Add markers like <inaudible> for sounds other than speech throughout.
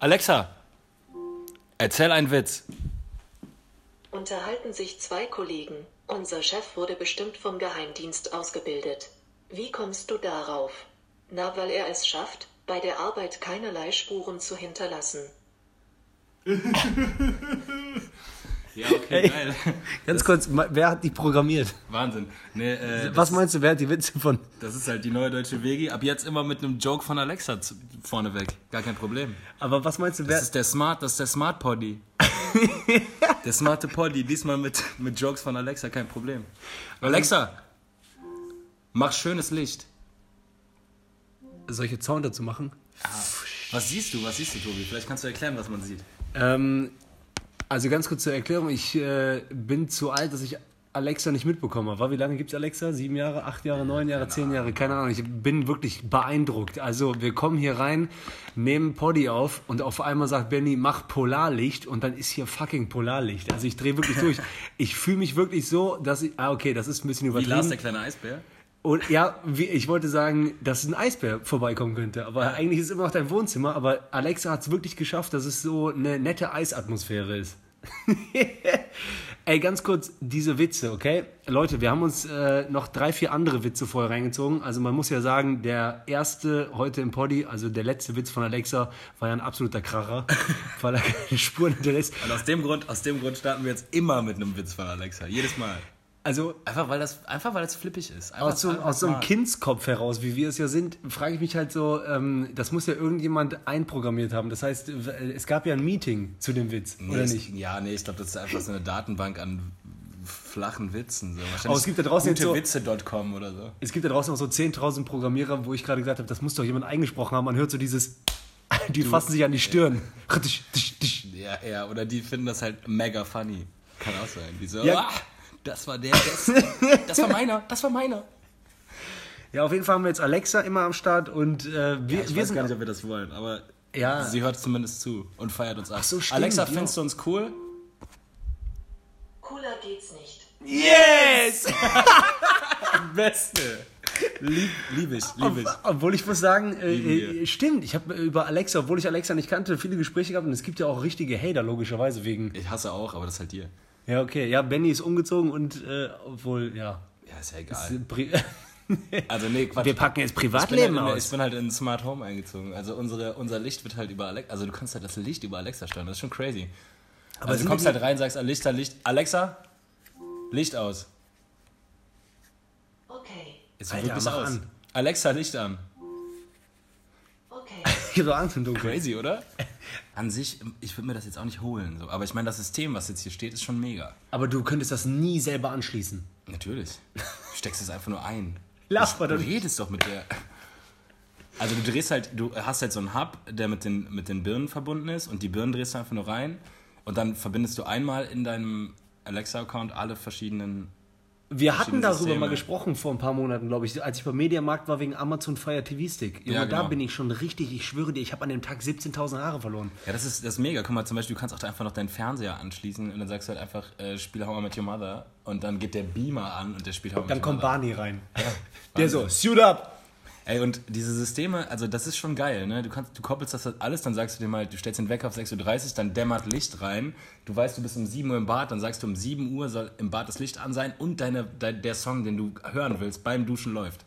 Alexa, erzähl einen Witz. Unterhalten sich zwei Kollegen. Unser Chef wurde bestimmt vom Geheimdienst ausgebildet. Wie kommst du darauf? Na, weil er es schafft, bei der Arbeit keinerlei Spuren zu hinterlassen. Ja, okay, geil. Ganz kurz, ma- wer hat die programmiert? Wahnsinn. Nee, äh, Was meinst du, wer hat die Witze von. das ist halt die neue deutsche Wegi. Ab jetzt immer mit einem Joke von Alexa zu- vorneweg. Gar kein Problem. Aber was meinst du, wer. Das ist der Smart, das ist der Smart <laughs> Poddy. der smarte Poddy, diesmal mit, mit Jokes von Alexa, kein Problem. Also- Alexa, mach schönes Licht. solche Sound dazu machen? Was siehst du, was siehst du, Tobi? Vielleicht kannst du erklären, was man sieht. Ähm, also ganz kurz zur Erklärung, ich äh, bin zu alt, dass ich Alexa nicht mitbekommen habe. Wie lange gibt es Alexa? Sieben Jahre, acht Jahre, neun Jahre, zehn Jahre, keine Ahnung. Ich bin wirklich beeindruckt. Also wir kommen hier rein, nehmen Poddy auf und auf einmal sagt Benny, mach Polarlicht und dann ist hier fucking Polarlicht. Also ich drehe wirklich <laughs> durch. Ich fühle mich wirklich so, dass ich, ah okay, das ist ein bisschen Wie Lars, der übertrieben. kleine Eisbär? Und ja, wie, ich wollte sagen, dass ein Eisbär vorbeikommen könnte, aber eigentlich ist es immer noch dein Wohnzimmer. Aber Alexa hat es wirklich geschafft, dass es so eine nette Eisatmosphäre ist. <laughs> Ey, ganz kurz diese Witze, okay? Leute, wir haben uns äh, noch drei, vier andere Witze vorher reingezogen. Also man muss ja sagen, der erste heute im Poddy, also der letzte Witz von Alexa, war ja ein absoluter Kracher, weil er keine Spuren hinterlässt. Und aus dem, Grund, aus dem Grund starten wir jetzt immer mit einem Witz von Alexa. Jedes Mal. Also Einfach weil das, einfach, weil das flippig ist. Einfach, aus so, einfach aus so einem smart. Kindskopf heraus, wie wir es ja sind, frage ich mich halt so, ähm, das muss ja irgendjemand einprogrammiert haben. Das heißt, w- äh, es gab ja ein Meeting zu dem Witz, Nee, oder das- nicht? Ja, nee, ich glaube, das ist einfach so eine Datenbank an flachen Witzen. So. Wahrscheinlich Aber es gibt da draußen jetzt so- gutewitze.com oder so. Es gibt da draußen auch so 10.000 Programmierer, wo ich gerade gesagt habe, das muss doch jemand eingesprochen haben. Man hört so dieses, <laughs> die fassen sich an die Äh. Stirn. Tisch, tisch, tisch. Ja, ja, oder die finden das halt mega funny. Kann auch sein. Die so, Ja. ah, das war der <laughs> Beste. Das war meiner, das war meiner. Ja, auf jeden Fall haben wir jetzt Alexa immer am Start und äh, wir, Ich wir weiß sind gar nicht, ob wir das wollen, aber Ja. sie hört zumindest zu und feiert uns ab. so, stimmt, Alexa, ja. findest du uns cool? Cooler geht's nicht. Yes! <laughs> Beste. Lieb, lieb ich, lieb ich. Obwohl ich muss sagen, äh, Lieben wir. äh, stimmt, ich habe über Alexa, obwohl ich Alexa nicht kannte, viele Gespräche gehabt und es gibt ja auch richtige Hater, logischerweise wegen. Ich hasse auch, aber das ist halt dir. Ja, okay, ja, Benny ist umgezogen und äh, obwohl, ja. Ja, ist ja egal. Pri- <laughs> Also, nee, Quatsch. Wir packen jetzt Ich bin, halt Privatleben in, ich aus. bin halt in ein Smart Home eingezogen. Also unsere, unser Licht wird halt über Alexa, also du kannst halt das Licht über Alexa steuern. Das ist schon crazy. Aber also sind du kommst die- halt rein, sagst Alexa, Licht, Alexa, Licht aus. Okay, Ist Alter, wirklich mach aus. an. Alexa, Licht an. okay. Ich habe Angst im Dunkeln. Crazy, oder? <laughs> An sich, ich würde mir das jetzt auch nicht holen. So. Aber ich meine, das System, was jetzt hier steht, ist schon mega. Aber du könntest das nie selber anschließen. <laughs> Natürlich. Du steckst es einfach nur ein. Lach mal Du doch nicht. redest doch mit der. Also du drehst halt, du hast halt so einen Hub, der mit den, mit den Birnen verbunden ist und die Birnen drehst du einfach nur rein und dann verbindest du einmal in deinem Alexa-Account alle verschiedenen. Wir hatten darüber Systeme. mal gesprochen vor ein paar Monaten, glaube ich, als ich beim Mediamarkt war wegen Amazon Fire TV Stick. Junge, Ja, da genau. bin ich schon richtig, ich schwöre dir, ich habe an dem Tag 17.000 Haare verloren. Ja, das ist, das ist mega. Guck mal, zum Beispiel, du kannst auch einfach noch deinen Fernseher anschließen und dann sagst du halt einfach, äh, spiel How I Met Your Mother und dann geht der Beamer an und der spielt How I Met Dann Your kommt Mother. Barney rein. <laughs> Der so, suit up! Ey, und diese Systeme, also das ist schon geil, ne? Du, kannst, du koppelst das halt alles, dann sagst du dir mal, du stellst den Wecker auf 6.30 Uhr, dann dämmert Licht rein. Du weißt, du bist um 7 Uhr im Bad, dann sagst du, um 7 Uhr soll im Bad das Licht an sein und deine, de, der Song, den du hören willst, beim Duschen läuft.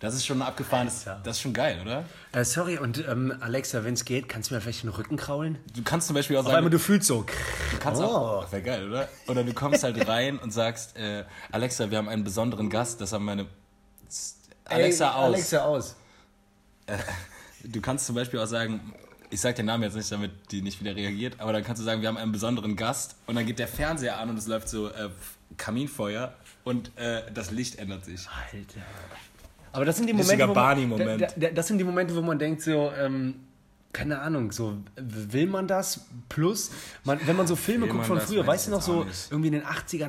Das ist schon ein abgefahrenes, Alter. das ist schon geil, oder? Äh, sorry, und ähm, Alexa, wenn es geht, kannst du mir vielleicht den Rücken kraulen? Du kannst zum Beispiel auch Auf einmal, sagen, du fühlst so. du kannst Oh. auch, wäre geil, oder? Oder du kommst halt rein und sagst, äh, Alexa, wir haben einen besonderen Gast, das haben meine... Alexa Ey, aus. Alexa aus. Du kannst zum Beispiel auch sagen, ich sag den Namen jetzt nicht, damit die nicht wieder reagiert, aber dann kannst du sagen, wir haben einen besonderen Gast und dann geht der Fernseher an und es läuft so äh, Kaminfeuer und äh, das Licht ändert sich. Alter. Aber das sind die Das ist Momente, sogar wo man- Barney-Moment. Da, da, das sind die Momente, wo man denkt so, ähm, keine Ahnung, so will man das? Plus, man, wenn man so Filme Will guckt man von das? früher, Weiß weißt du ich noch jetzt so auch nicht. irgendwie in den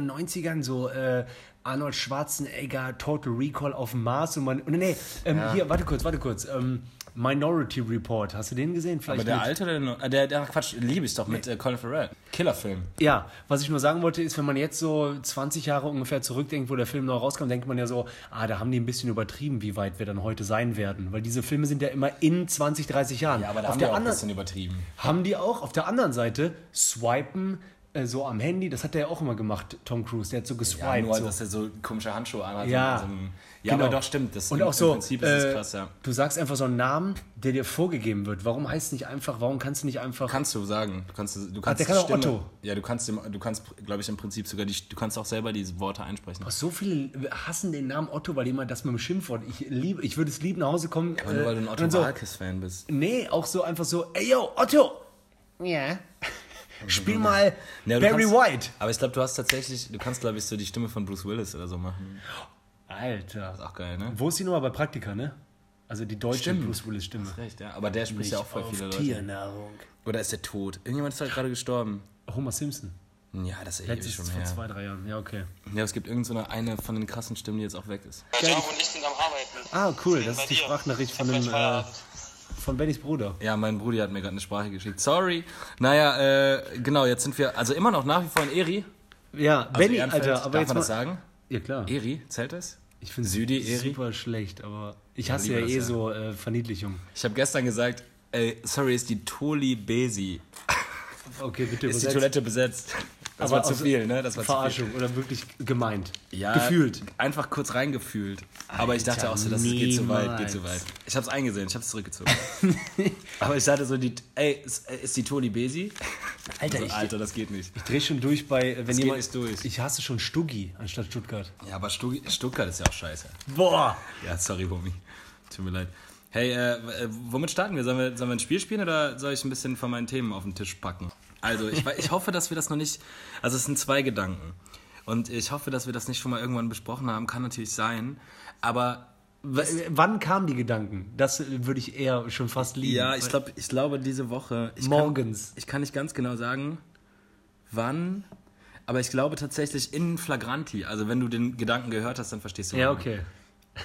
80ern, 90ern so äh, Arnold Schwarzenegger, Total Recall auf dem Mars und man, und nee, ähm, hier, warte kurz, warte kurz, ähm, Minority Report. Hast du den gesehen? Vielleicht Aber der nicht. alte oder der, neue? Ah, der, der Quatsch, liebe ich doch mit äh, Colin Farrell. Killerfilm. Ja, was ich nur sagen wollte, ist, wenn man jetzt so 20 Jahre ungefähr zurückdenkt, wo der Film noch rauskam, denkt man ja so, ah, da haben die ein bisschen übertrieben, wie weit wir dann heute sein werden. Weil diese Filme sind ja immer in 20, 30 Jahren. Ja, aber da auf haben wir der auch ein anderen, bisschen übertrieben. haben die auch. Auf der anderen Seite swipen äh, so am Handy, das hat der ja auch immer gemacht, Tom Cruise. Der hat so Ja, geswiped. nur, halt, so. dass er so komische Handschuhe anhat. Ja, und so ein- ja genau. aber doch, stimmt. Das Und im, auch so, Im Prinzip ist das äh, krass, ja. du sagst einfach so einen Namen, der dir vorgegeben wird. Warum heißt es nicht einfach, warum kannst du nicht einfach... Kannst du sagen. Du kannst, du kannst die der kann auch Stimme- Otto. Ja, du kannst, dem- du kannst glaube ich, im Prinzip sogar, die, du kannst auch selber diese Worte einsprechen. so viele hassen den Namen Otto, weil jemand das mit dem Schimpfwort... Ich, liebe, ich würde es lieben, nach Hause kommen... Aber nur weil du ein Äh, und Otto dann so, Walkes-Fan bist. Nee, auch so einfach so, ey yo, Otto! Ja. Spiel mal Mhm. Ja, du Barry kannst- White. Aber ich glaube, du hast tatsächlich, du kannst, glaube ich, so die Stimme von Bruce Willis oder so machen. Alter. Auch geil, ne? Wo ist die Nummer bei Praktika, ne? Also die deutsche Stimmt. Bruce Willis Stimme. Recht, ja. Aber der spricht ja auch voll viele Leute. Tiernahrung. Oder ist der tot? Irgendjemand ist halt gerade gestorben. Homer Simpson. Ja, das ist eh Letztes schon vor her. zwei, drei Jahren. Ja, okay. Ja, es gibt irgendeine so eine- eine von den krassen Stimmen, die jetzt auch weg ist. Mein Job und ich sind am Arbeiten. Ah, cool. Ich bin Das bei ist die dir. Sprachnachricht Ich von hab dem, gleich äh, Feierabend. von Bennys Bruder. Ja, mein Brudi hat mir gerade eine Sprache geschickt. Sorry. Naja, äh, genau, jetzt sind wir also immer noch nach wie vor in Eri. Ja, Also Benny, Ehrenfeld, Alter, aber darf jetzt man mal, das sagen? Ja, klar. Eri, zählt das? Ich finde Südi, es Eri? super schlecht, aber ich hasse liebe ja das, eh ja. so äh, Verniedlichung. Ich habe gestern gesagt, ey, sorry, ist die Toli Besi. Okay, bitte Ist die übersetzt. Toilette besetzt? Das Aber war zu aus- viel, ne? Das war Verarschung oder wirklich gemeint. zu viel. Ja, Gefühlt. <laughs> Einfach kurz reingefühlt. Aber ich dachte Alter, auch so, das geht zu weit, niemals. geht zu weit. Ich habe es eingesehen, ich habe es zurückgezogen. <laughs> Aber ich dachte so, die, ey, ist, ist die Toli Besi? Alter, so, ich- Alter, das geht nicht. Ich Also dreh schon durch bei, äh, wenn geht jemand. nicht durch. Ich hasse schon Stuggi anstatt Stuttgart. Ja, aber Stu- Stuttgart ist ja auch scheiße. Boah! Ja, sorry, Homie. Tut mir leid. Hey, äh, w- äh, womit starten wir? Sollen, wir? sollen wir ein Spiel spielen oder soll ich ein bisschen von meinen Themen auf den Tisch packen? Also, ich, wei- ich hoffe, dass wir das noch nicht. Also, es sind zwei Gedanken. Und ich hoffe, dass wir das nicht schon mal irgendwann besprochen haben. Kann natürlich sein. Aber W äh, wann kamen die Gedanken? Das äh, würde ich eher schon fast lieben. ja, ich, glaub, ich glaube, diese Woche. Ich Morgens. Kann, ich kann nicht ganz genau sagen, wann. Aber ich glaube tatsächlich in flagranti. Also, wenn du den Gedanken gehört hast, dann verstehst du Ja, warum. okay.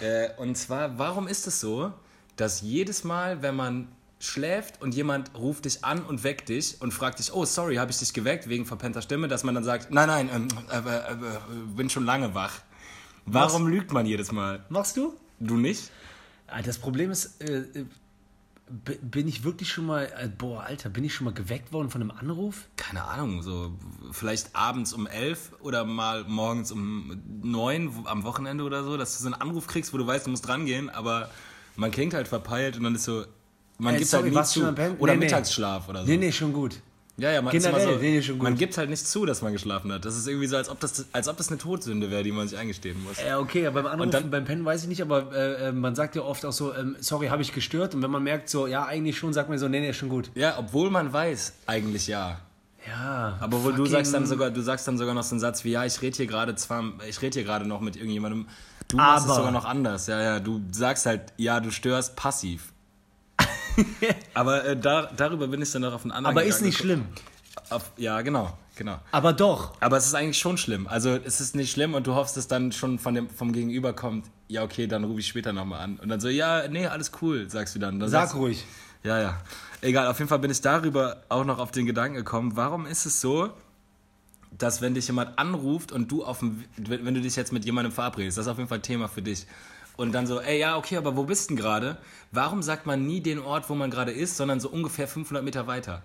Äh, und zwar, warum ist es so, dass jedes Mal, wenn man schläft und jemand ruft dich an und weckt dich und fragt dich, oh, sorry, habe ich dich geweckt wegen verpennter Stimme, dass man dann sagt, nein, nein, ähm, äh, äh, äh, bin schon lange wach. Warum lügt man jedes Mal? Machst du? Du nicht? Ah, Das Problem ist, äh, äh, b- bin ich wirklich schon mal. Äh, boah, Alter, bin ich schon mal geweckt worden von einem Anruf? Keine Ahnung, so vielleicht abends um elf oder mal morgens um neun wo- am Wochenende oder so, dass du so einen Anruf kriegst, wo du weißt, du musst rangehen, aber man klingt halt verpeilt und dann ist so, man Ey, gibt Äh, sorry, halt nie warst du schon zu. am Pennen? Oder Nee, nee. Mittagsschlaf oder so. Nee, nee, schon gut. Ja, ja, man, Generell, ist immer so, nee, nee, schon gut. man gibt halt nicht zu, dass man geschlafen hat. Das ist irgendwie so, als ob das, als ob das eine Todsünde wäre, die man sich eingestehen muss. Ja, okay, ja, beim Anrufen, dann- beim Pennen weiß ich nicht, aber äh, äh, man sagt ja oft auch so, ähm, sorry, habe ich gestört? Und wenn man merkt, so, ja, eigentlich schon, sagt man so, nee, nee, schon gut. Ja, obwohl man weiß, eigentlich ja. Ja. Aber wo du fucking- sagst dann sogar, du sagst dann sogar noch so einen Satz wie, ja, ich rede hier gerade zwar, ich rede hier gerade noch mit irgendjemandem. Du machst es Aber- sogar noch anders. Ja, ja, du sagst halt, ja, du störst <laughs> passiv. Aber äh, da, darüber bin ich dann noch auf einen anderen Aber ist Gedanken nicht gekommen. schlimm. Auf, ja, genau, genau. Aber doch. Aber es ist eigentlich schon schlimm. Also es ist nicht schlimm und du hoffst, dass dann schon von dem, vom Gegenüber kommt, ja, okay, dann rufe ich später nochmal an. Und dann so, ja, nee, alles cool, sagst du dann. dann Sag sagst, du- ruhig. Ja, ja. Egal, auf jeden Fall bin ich darüber auch noch auf den Gedanken gekommen, warum ist es so, dass wenn dich jemand anruft und du auf dem, wenn wenn du dich jetzt mit jemandem verabredest, das ist auf jeden Fall Thema für dich. Und dann so, ey, ja, okay, aber wo bist denn gerade? Warum sagt man nie den Ort, wo man gerade ist, sondern so ungefähr 500 Meter weiter?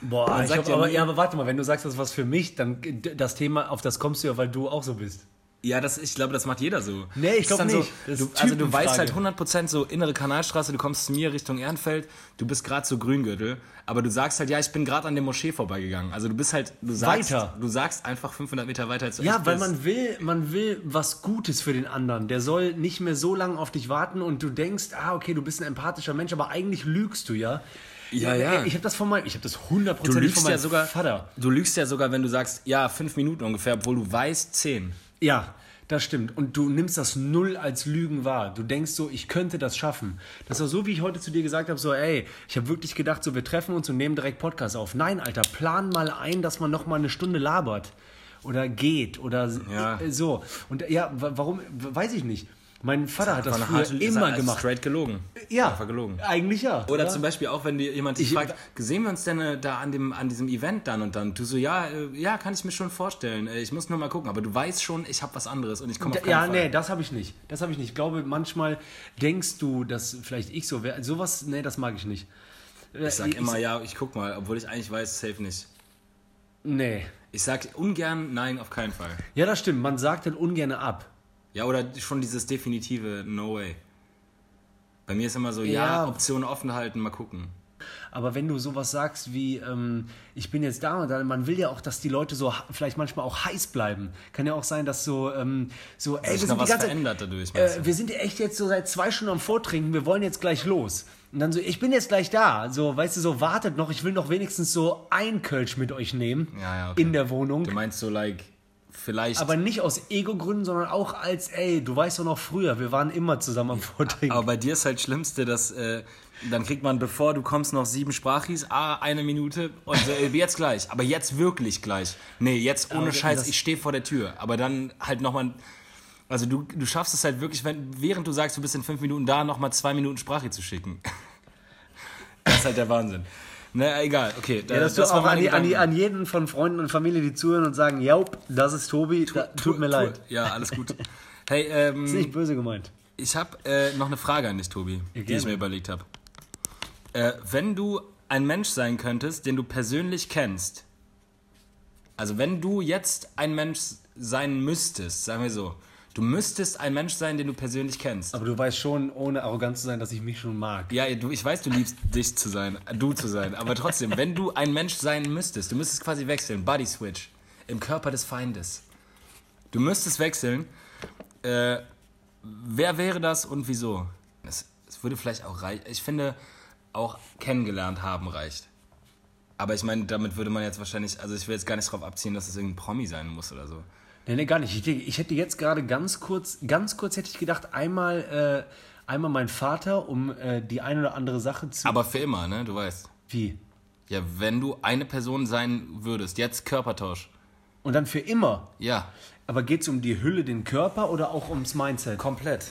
Boah, ich sagt glaub, ja aber, nie- ja, aber warte mal, wenn du sagst, das ist was für mich, dann äh, d- das Thema, auf das kommst du ja, weil du auch so bist. Ja, das, ich glaube, das macht jeder so. Nee, ich Das ist glaub dann nicht. Das So, ist du, also du weißt halt Typenfrage. 100% so innere Kanalstraße, du kommst zu mir Richtung Ehrenfeld, du bist gerade so Grüngürtel, aber du sagst halt, ja, ich bin gerade an der Moschee vorbeigegangen. Also du bist halt, du sagst, Weiter. Du sagst einfach 500 Meter weiter als du Ja, echt weil bist. man will, man will was Gutes für den anderen. Der soll nicht mehr so lange auf dich warten und du denkst, ah, okay, du bist ein empathischer Mensch, aber eigentlich lügst du ja. Äh, Ja, ja. Ich habe das von meinem, ich habe das 100% Du lügst von ja meinem sogar, Vater. du lügst ja sogar, wenn du sagst, ja, fünf Minuten ungefähr, obwohl du weißt, zehn. Ja, das stimmt. Und du nimmst das null als Lügen wahr. Du denkst so, ich könnte das schaffen. Das war so, wie ich heute zu dir gesagt habe, so, ey, ich habe wirklich gedacht, so, wir treffen uns und nehmen direkt Podcast auf. Nein, Alter, plan mal ein, dass man noch mal eine Stunde labert. Oder geht. Oder s- Ja. äh, so. Und ja, wa- warum, w- weiß ich nicht. Mein Vater hat das War eine früher harte- ist immer halt gemacht. Straight gelogen. Ja, Einfach gelogen. eigentlich ja. Oder zum Beispiel auch, wenn dir jemand dich Ich- fragt, sehen wir uns denn äh, da an, dem, an diesem Event dann und dann? Du so, ja, äh, ja, kann ich mir schon vorstellen. Äh, Ich muss nur mal gucken. Aber du weißt schon, ich habe was anderes und ich komme auf keinen ja, Fall. nee, das habe ich nicht. Das habe ich nicht. Ich glaube, manchmal denkst du, dass vielleicht ich so wäre. Sowas, nee, das mag ich nicht. Äh, Ich sag immer, ja, ich guck mal, obwohl ich eigentlich weiß, safe nicht. Nee. Ich sag ungern, nein, auf keinen Fall. Ja, das stimmt. Man sagt dann ungern ab. Ja, oder schon dieses definitive No way. Bei mir ist immer so, ja, Ja. Optionen offen halten, mal gucken. Aber wenn du sowas sagst wie, ähm, ich bin jetzt da und dann, man will ja auch, dass die Leute so ha- vielleicht manchmal auch heiß bleiben. Kann ja auch sein, dass so, ähm, so, ey, Sich noch wir sind, die was ganze, verändert dadurch, meinst äh, wir sind echt jetzt so seit zwei Stunden am Vortrinken, wir wollen jetzt gleich los. Und dann so, ich bin jetzt gleich da. So, weißt du, so wartet noch, ich will noch wenigstens so ein Kölsch mit euch nehmen Ja, ja, okay. in der Wohnung. du? Du meinst so, like, vielleicht. Aber nicht aus Ego-Gründen, sondern auch als, ey, du weißt doch noch früher, wir waren immer zusammen am Vortrinken. aber bei dir ist halt Schlimmste, dass äh, dann kriegt man, bevor du kommst, noch sieben Sprachis, ah, eine Minute und so, äh, <laughs> jetzt gleich. Aber jetzt wirklich gleich. Nee, jetzt ohne Aber Scheiß, das- ich stehe vor der Tür. Aber dann halt nochmal. Also du, du schaffst es halt wirklich, wenn, während du sagst, du bist in fünf Minuten da, nochmal zwei Minuten Sprache zu schicken. <laughs> das ist halt der Wahnsinn. Na, egal, okay. da- Ja, dass du auch waren an, meine die, an, die, Gedanken. an jeden von Freunden und Familie, die zuhören und sagen, ja, das ist Tobi, da, tut mir leid. Ja, alles gut. Hey, ähm, <laughs> Ist nicht böse gemeint. Ich habe äh, noch eine Frage an dich, Tobi, die ich gerne. mir überlegt habe. Äh, wenn du ein Mensch sein könntest, den du persönlich kennst, also wenn du jetzt ein Mensch sein müsstest, sagen wir so, du müsstest ein Mensch sein, den du persönlich kennst. Aber du weißt schon, ohne arrogant zu sein, dass ich mich schon mag. Ja, du, ich weiß, du liebst dich zu sein, äh, du zu sein, aber trotzdem, wenn du ein Mensch sein müsstest, du müsstest quasi wechseln, Body Switch, im Körper des Feindes. Du müsstest wechseln. Äh, wer wäre das und wieso? Es, es würde vielleicht auch reichen. Ich finde, auch kennengelernt haben reicht. Aber ich meine, damit würde man jetzt wahrscheinlich, also ich will jetzt gar nicht drauf abziehen, dass es irgendein Promi sein muss oder so. Nee, nee, gar nicht. Ich, denke, ich hätte jetzt gerade ganz kurz, ganz kurz hätte ich gedacht, einmal, äh, einmal mein Vater, um äh, die eine oder andere Sache zu... Aber für immer, ne? Du weißt. Wie? Ja, wenn du eine Person sein würdest, jetzt Körpertausch. Und dann für immer. Ja, Aber geht es um die Hülle, den Körper oder auch ums Mindset? Komplett.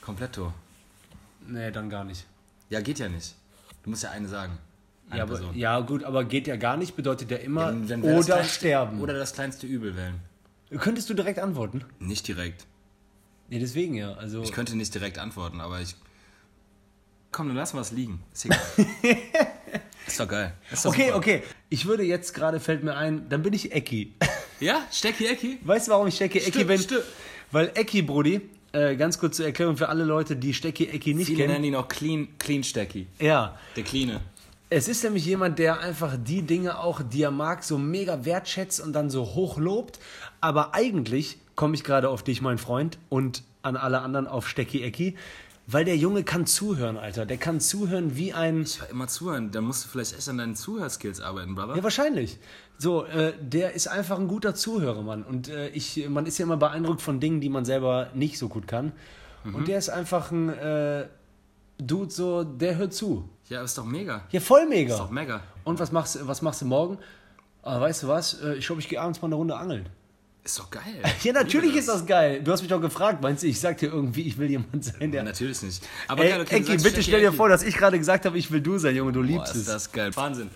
Kompletto. Nee, dann gar nicht. Ja, geht ja nicht. Du musst ja eine sagen. Eine Ja, aber, Person. ja, gut, aber geht ja gar nicht, bedeutet ja immer Dann- dann wär das oder kleinste- sterben. Oder das kleinste Übel wählen. Könntest du direkt antworten? Nicht direkt. Nee, deswegen ja. Also Ich könnte nicht direkt antworten, aber ich. Komm, dann lassen wir es liegen. Ist egal. <laughs> ist doch geil. Ist doch okay, super. okay. Ich würde jetzt gerade, fällt mir ein, dann bin ich Ecki. <laughs> Ja, Stecki Ecki. Weißt du, warum ich Stecki Ecki Stimmt, bin? stimmt. Weil Ecki, Brudi, äh, ganz kurz zur Erklärung für alle Leute, die Stecki Ecki nicht Viele nennen kennen. ihn auch Clean, Clean Stecki. Ja, Der Cleane. es ist nämlich jemand, der einfach die Dinge auch, die er mag, so mega wertschätzt und dann so hochlobt. Aber eigentlich komme ich gerade auf dich, mein Freund, und an alle anderen auf Stecki Ecki. Weil der Junge kann zuhören, Alter. Der kann zuhören wie ein... Ich war immer zuhören. Da musst du vielleicht echt an deinen Zuhörskills arbeiten, Brother. Ja, wahrscheinlich. So, äh, der ist einfach ein guter Zuhörer, Mann. Und äh, ich, man ist ja immer beeindruckt von Dingen, die man selber nicht so gut kann. Und der ist einfach ein äh, Dude, so, der hört zu. ja, ist doch mega. Ja, voll mega. Ist doch mega. Und was machst, was machst du morgen? Ah, weißt du was? Äh, Ich glaube, ich gehe abends mal eine Runde angeln. Ist doch geil. <laughs> Ja, Liebe natürlich das. ist das geil. Du hast mich doch gefragt, meinst du, ich sag dir irgendwie, ich will jemand sein, der. Natürlich nicht. Aber Ey, geil, okay, du Ecki, sagst bitte Stecki stell dir Ecki. vor, dass ich gerade gesagt habe, ich will du sein, Junge, du Boah, liebst ist es. das geil. Wahnsinn.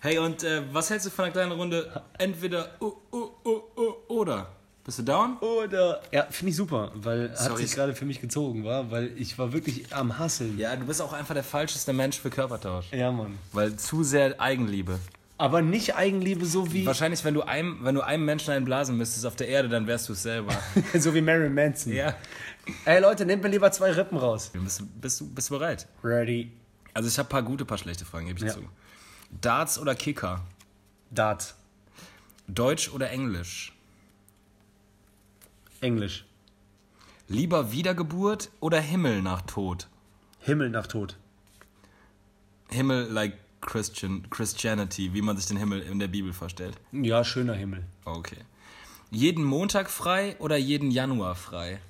Hey, und äh, was hältst du von einer kleinen Runde? Entweder oh, oh, oh, oh, oder. Bist du down? Oder. Ja, finde ich super, weil hat Sorry. sich gerade für mich gezogen, war, weil ich war wirklich am Hasseln. Ja, du bist auch einfach der falscheste Mensch für Körpertausch. Ja, Mann. Weil zu sehr Eigenliebe. Aber nicht Eigenliebe, so wie, Wahrscheinlich, wenn du einem, wenn du einem Menschen einen blasen müsstest auf der Erde, dann wärst du es selber. <laughs> <laughs> so wie Marilyn Manson. ja. Ey Leute, nehmt mir lieber zwei Rippen raus. Bist, du- bist, du, bist du bereit? Ready, Also ich habe ein paar gute, paar schlechte Fragen, gebe ich Ja. zu. Darts oder Kicker? Darts. Deutsch oder Englisch? Englisch. Lieber Wiedergeburt oder Himmel nach Tod? Himmel nach Tod. Himmel like Christian, Christianity, wie man sich den Himmel in der Bibel vorstellt. Ja, schöner Himmel. Okay. Jeden Montag frei oder jeden Januar frei?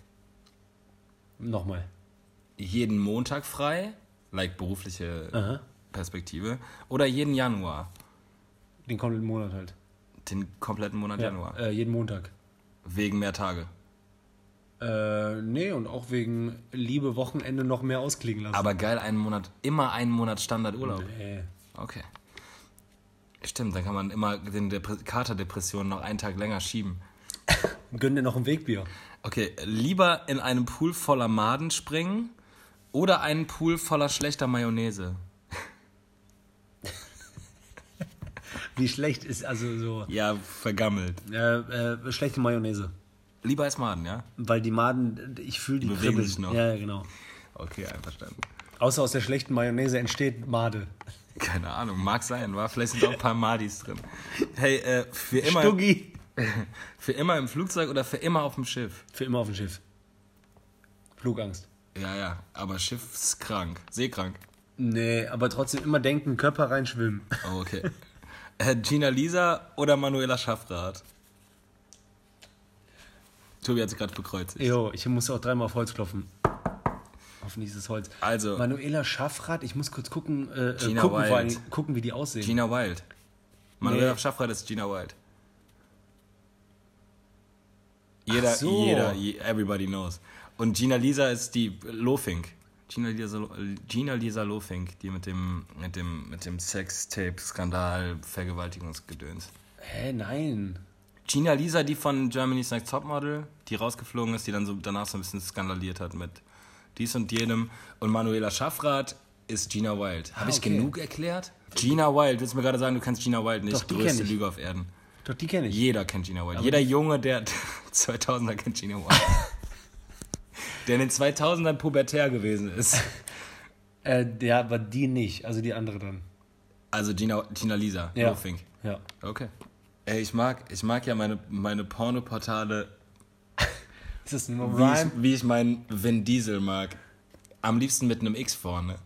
Nochmal. Jeden Montag frei, like berufliche Aha. Perspektive, oder jeden Januar, Den kommenden Monat halt. den kompletten Monat Ja, Januar, Äh, jeden Montag. wegen mehr Tage. Äh, nee, und auch wegen Liebe Wochenende noch mehr ausklingen lassen. Äh, Aber geil, einen Monat, immer einen Monat Standardurlaub. Nee. Okay. Stimmt, dann kann man immer den Depre Katerdepression noch einen Tag länger schieben. Gönn dir noch ein Wegbier. Okay, lieber in einen Pool voller Maden springen oder einen Pool voller schlechter Mayonnaise. Wie schlecht ist also so. Ja, vergammelt. Äh, äh, schlechte Mayonnaise. Lieber als Maden, ja? Weil die Maden, ich fühle die, Die bewegen kribbeln. sich noch. Ja, ja, genau. Okay, einverstanden. Außer aus der schlechten Mayonnaise entsteht Made. Keine Ahnung, mag sein, war. Vielleicht sind auch ein paar Madis drin. Hey, äh, für, immer, Stuggi. für immer im Flugzeug oder für immer auf dem Schiff? Für immer auf dem Schiff. Flugangst. Ja, ja, aber schiffskrank, seekrank. Nee, aber trotzdem immer denken, Körper reinschwimmen. <laughs> Oh, okay. äh, Gina Lisa oder Manuela Schaffrath? Tobi hat sich gerade bekreuzigt. Jo, ich muss auch dreimal auf Holz klopfen. Hoffentlich ist es Holz. Also. Manuela Schaffrath, ich muss kurz gucken, äh, äh, Gina gucken, vor Wild. allem, gucken, wie die aussehen. Gina Wild. Manuela Nee. Schaffrath ist Gina Wild. Jeder, Ach so. jeder, je- everybody knows. Und Gina Lisa ist die Lofink. Gina Lisa, Lo- Gina Lisa Lofink, die mit dem, mit dem, mit dem Sextape-Skandal, Vergewaltigungsgedöns. Hä, nein. Gina Lisa, die von Germany's Next Topmodel, die rausgeflogen ist, die dann so danach so ein bisschen skandaliert hat mit dies und jenem. Und Manuela Schaffrath ist Gina Wild. Habe ich Ah, okay. genug erklärt? Gina Wild, willst du mir gerade sagen, du kennst Gina Wild nicht? Doch, die Größte kenn ich. Lüge auf Erden. Doch, die kenne ich. Jeder kennt Gina Wild. Jeder Junge, <laughs> der 2000er kennt Gina <laughs> Wild. der in den 2000ern pubertär gewesen ist. Äh, ja, aber die nicht, also die andere dann. Also Gina, Gina Lisa, Ja. Lofink. Ja. Okay. Ey, ich mag, ich mag ja meine, meine Pornoportale Ist das ein wie ich, Rhyme? wie ich meinen Vin Diesel mag. Am liebsten mit einem X vorne.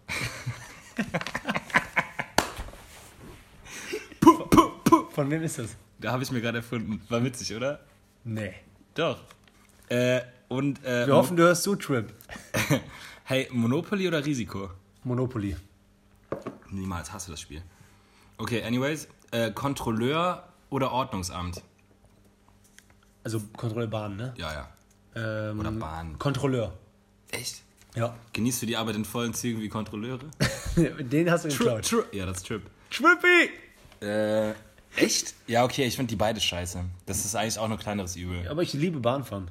Von wem ist das? Da habe ich mir gerade erfunden. War witzig, oder? Nee. Doch. Äh, und äh, Wir hoffen, du hörst zu, Trip. hey, Monopoly oder Risiko? Monopoly. Niemals hasse das Spiel. Okay, anyways, äh, Kontrolleur oder Ordnungsamt? Also Kontrolle Bahn, ne? Ja, ja. Ähm, Oder Bahn. Kontrolleur. Echt? Ja. <laughs> Genießt du die Arbeit in vollen Zügen wie <laughs> Kontrolleure? Den hast du Trip, geklaut. trip. Ja, das ist Trip. Trippy! Äh, echt? Ja, okay, ich finde die beide scheiße. Das ist eigentlich auch nur kleineres Übel. Aber ich liebe Bahnfahren.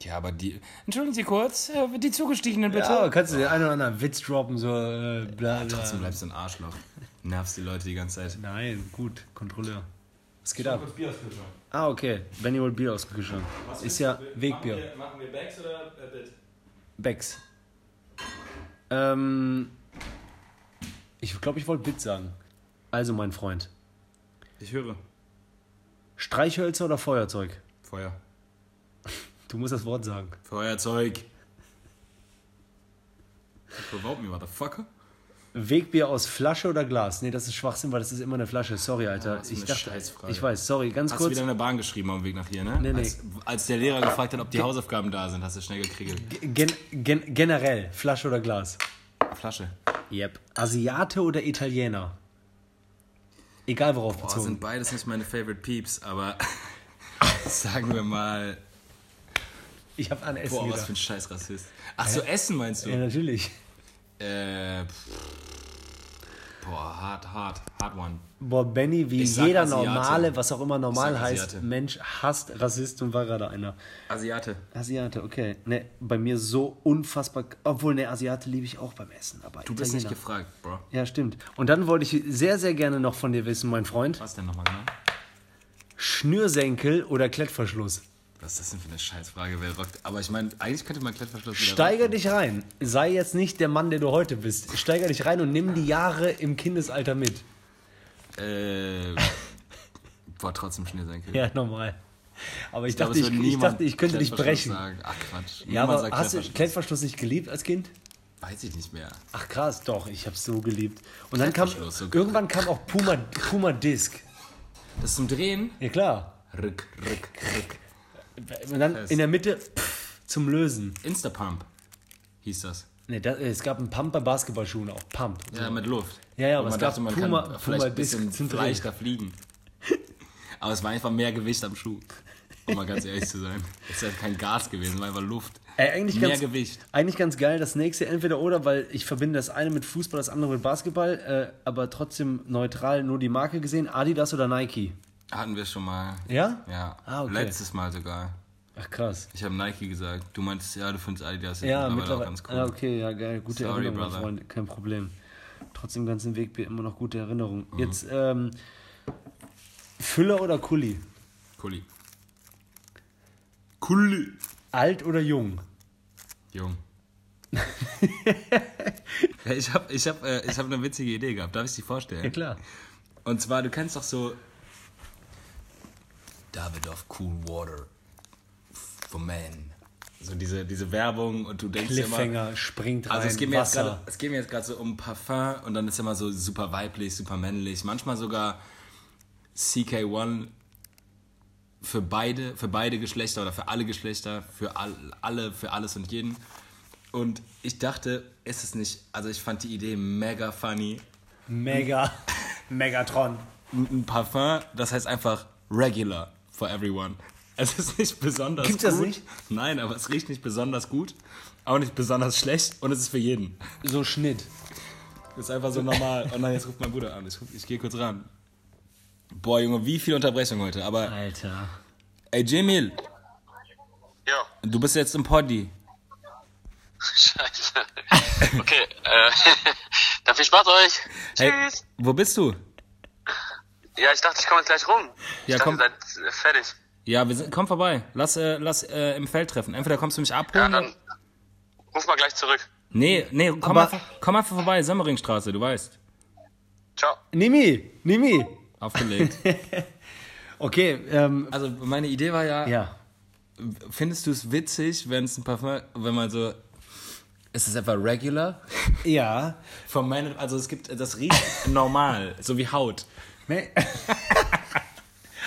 Ja, aber die. Entschuldigen Sie kurz, äh, die Zugestiegenen bitte. Ja, aber kannst du den einen oder anderen Witz droppen, so äh, bla Trotzdem bla. bleibst du ein Arschloch. Nervst die Leute die ganze Zeit. Nein, gut, Kontrolleur. Was geht ab? Ah, okay. Benny holt Bier ausgeschlagen. Ist ja Wegbier. Machen wir Bags oder äh, Bit? Becks. Ähm, ich glaube, ich wollte Bit sagen. Also, mein Freund. Ich höre. Streichhölzer oder Feuerzeug? Feuer. Du musst das Wort sagen. Feuerzeug. Verwaubt mir, motherfucker. Wegbier aus Flasche oder Glas? Nee, das ist Schwachsinn, weil das ist immer eine Flasche. Sorry, Alter. das ist ich eine dachte, Scheißfrage. ich weiß, sorry. Ganz Hast du kurz. wieder in der Bahn geschrieben auf dem Weg nach hier, ne? Nee, nee. Als, als der Lehrer gefragt hat, ob die Hausaufgaben da sind, hast du schnell gekriegelt. Gen gen generell, Flasche oder Glas? Flasche. Yep. Asiate oder Italiener? Egal worauf Boah, bezogen. sind beides nicht meine favorite Peeps, aber <laughs> sagen wir mal. Ich habe an Essen Boah, was gedacht. für ein scheiß Rassist. Ach so, Essen meinst du? ja, natürlich. Äh, pff. boah, hart, hart, hard one. Boah, Benny, wie Ich sag jeder Asiate. normale, was auch immer normal Ich sag heißt, Asiate. Mensch hasst Rassist und war gerade einer. Asiate. Asiate, okay. Ne, bei mir so unfassbar. Obwohl, ne, Asiate liebe ich auch beim Essen. Aber Du bist nicht gefragt, Bro. Ja, stimmt. Und dann wollte ich sehr, sehr gerne noch von dir wissen, mein Freund. Was denn nochmal genau? Schnürsenkel oder Klettverschluss? Was ist das denn für eine Scheißfrage, wer rockt? Aber ich meine, eigentlich könnte man Klettverschluss wieder Steiger dich rein. Sei jetzt nicht der Mann, der du heute bist. Steiger dich rein und nimm die Jahre im Kindesalter mit. rocken. Äh, war trotzdem Schnürsenkel. Ja, normal. Aber ich, Ich glaub, dachte, es ich, würde ich niemand dachte, ich könnte dich Klettverschluss brechen. Sagen. Ach Quatsch. Ja, Niemand aber sagt hast du Klettverschluss. Klettverschluss nicht geliebt als Kind? Weiß ich nicht mehr. Ach krass, doch, ich hab's so geliebt. Und dann kam, Klettverschluss, okay. irgendwann kam auch Puma, Puma Disc. Das zum Drehen? Ja klar. Rück, rück, rück. Und dann in der Mitte pff, zum Lösen. Instapump hieß das. Nee, da, es gab einen Pump bei Basketballschuhen auch. Pump. Ja, mit Luft. Ja, ja, Und aber man es gab dachte, man Puma- kann Puma vielleicht ein bisschen <laughs> Disc zum Drehen. leichter fliegen. Aber es war einfach mehr Gewicht am Schuh. um mal ganz ehrlich zu sein. Es ist ja kein Gas gewesen, war einfach Luft. Ey, eigentlich Mehr ganz, Gewicht. Eigentlich ganz geil, das nächste entweder oder, weil ich verbinde das eine mit Fußball, das andere mit Basketball, äh, aber trotzdem neutral nur die Marke gesehen, Adidas oder Nike. Hatten wir schon mal. Ja? Ja. Ah, okay. Letztes Mal sogar. Ach krass. Ich habe Nike gesagt. Du meintest, ja, du findest Adidas jetzt Ja, mittlerweile mittlerweile. auch ganz cool. Ah, okay, ja, geil. Gute Sorry, Erinnerung, mein brother. Freund, kein Problem. Trotzdem ganzen Weg bin immer noch gute Erinnerung. Mhm. Jetzt, ähm, Füller oder Kuli? Kuli. Kuli. Alt oder jung? <laughs> Jung. ja, ich habe ich hab, äh, ich hab eine witzige Idee gehabt. Darf ich die vorstellen? klar. Und zwar, du kennst doch so Davidoff Cool Water for Men. So diese, diese Werbung und du denkst dir immer... Cliffhanger, springt rein, Also es geht, mir jetzt grade, Wasser. es geht mir jetzt gerade so um Parfum und dann ist immer so super weiblich, super männlich. Manchmal sogar CK1 für beide, für beide Geschlechter oder für alle Geschlechter, für all, alle, für alles und jeden. Und ich dachte, ist es nicht, also ich fand die Idee mega funny. <laughs> Mega. Megatron. Ein ein Parfum, das heißt einfach regular for everyone. Es ist nicht besonders Gibt's gut. das nicht? Nein, aber es riecht nicht besonders gut, auch nicht besonders schlecht und es ist für jeden. So Schnitt. Ist einfach so normal. Oh nein, jetzt ruft mein Bruder an. Ich, ruf- ich gehe kurz ran. Boah, Junge, wie viel Unterbrechung heute. Aber, Alter. ey, Jamil, Ja, <laughs> du bist jetzt im Poddy. scheiße. Okay, äh, <laughs> dann viel Spaß euch. Hey, Tschüss. wo bist du? Ja, ich dachte, ich komme jetzt gleich rum. Ja, ich dachte, komm. ihr seid äh, fertig. Ja, wir sind, komm vorbei. Lass, äh, lass äh, im Feld treffen. Entweder kommst du mich Ja, abholen. dann ruf mal gleich zurück. nee, nee, komm, Aber- einfach, komm einfach vorbei. Semmeringstraße, du weißt. Ciao. Nimi, Nimi. Aufgelegt. Okay, ähm, <laughs> also, meine Idee war ja, ja. findest du es witzig, wenn es ein Parfum, wenn man so, ist es einfach regular? Ja. Von meinen, also es gibt, das riecht normal, so wie Haut. Me- <laughs>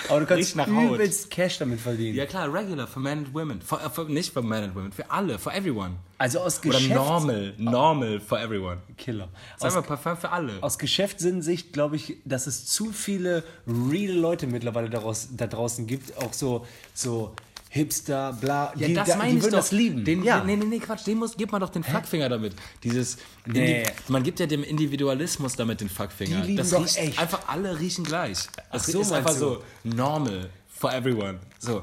Aber du kannst Riecht nach Haut. übelst Cash damit verdienen. Ja klar, regular, for men and women. For, äh, for, nicht for men and women, für alle, for everyone. Also aus Oder Geschäft normal, Oh. normal for everyone. Killer. Sag Aus, mal, Parfum für alle. aus Geschäftssinnsicht glaube ich, dass es zu viele real Leute mittlerweile daraus, da draußen gibt, auch so so Hipster, bla, Ja, die, das da, meine die ich würden doch. das lieben. Den, ja. den, nee, nee, nee, Quatsch, dem muss, gibt man doch den Fuckfinger damit. Dieses, Nee. Indi- man gibt ja dem Individualismus damit den Fuckfinger. Die lieben das doch riecht, echt. einfach alle riechen gleich. Das so, ist meinst einfach du? so normal for everyone. So.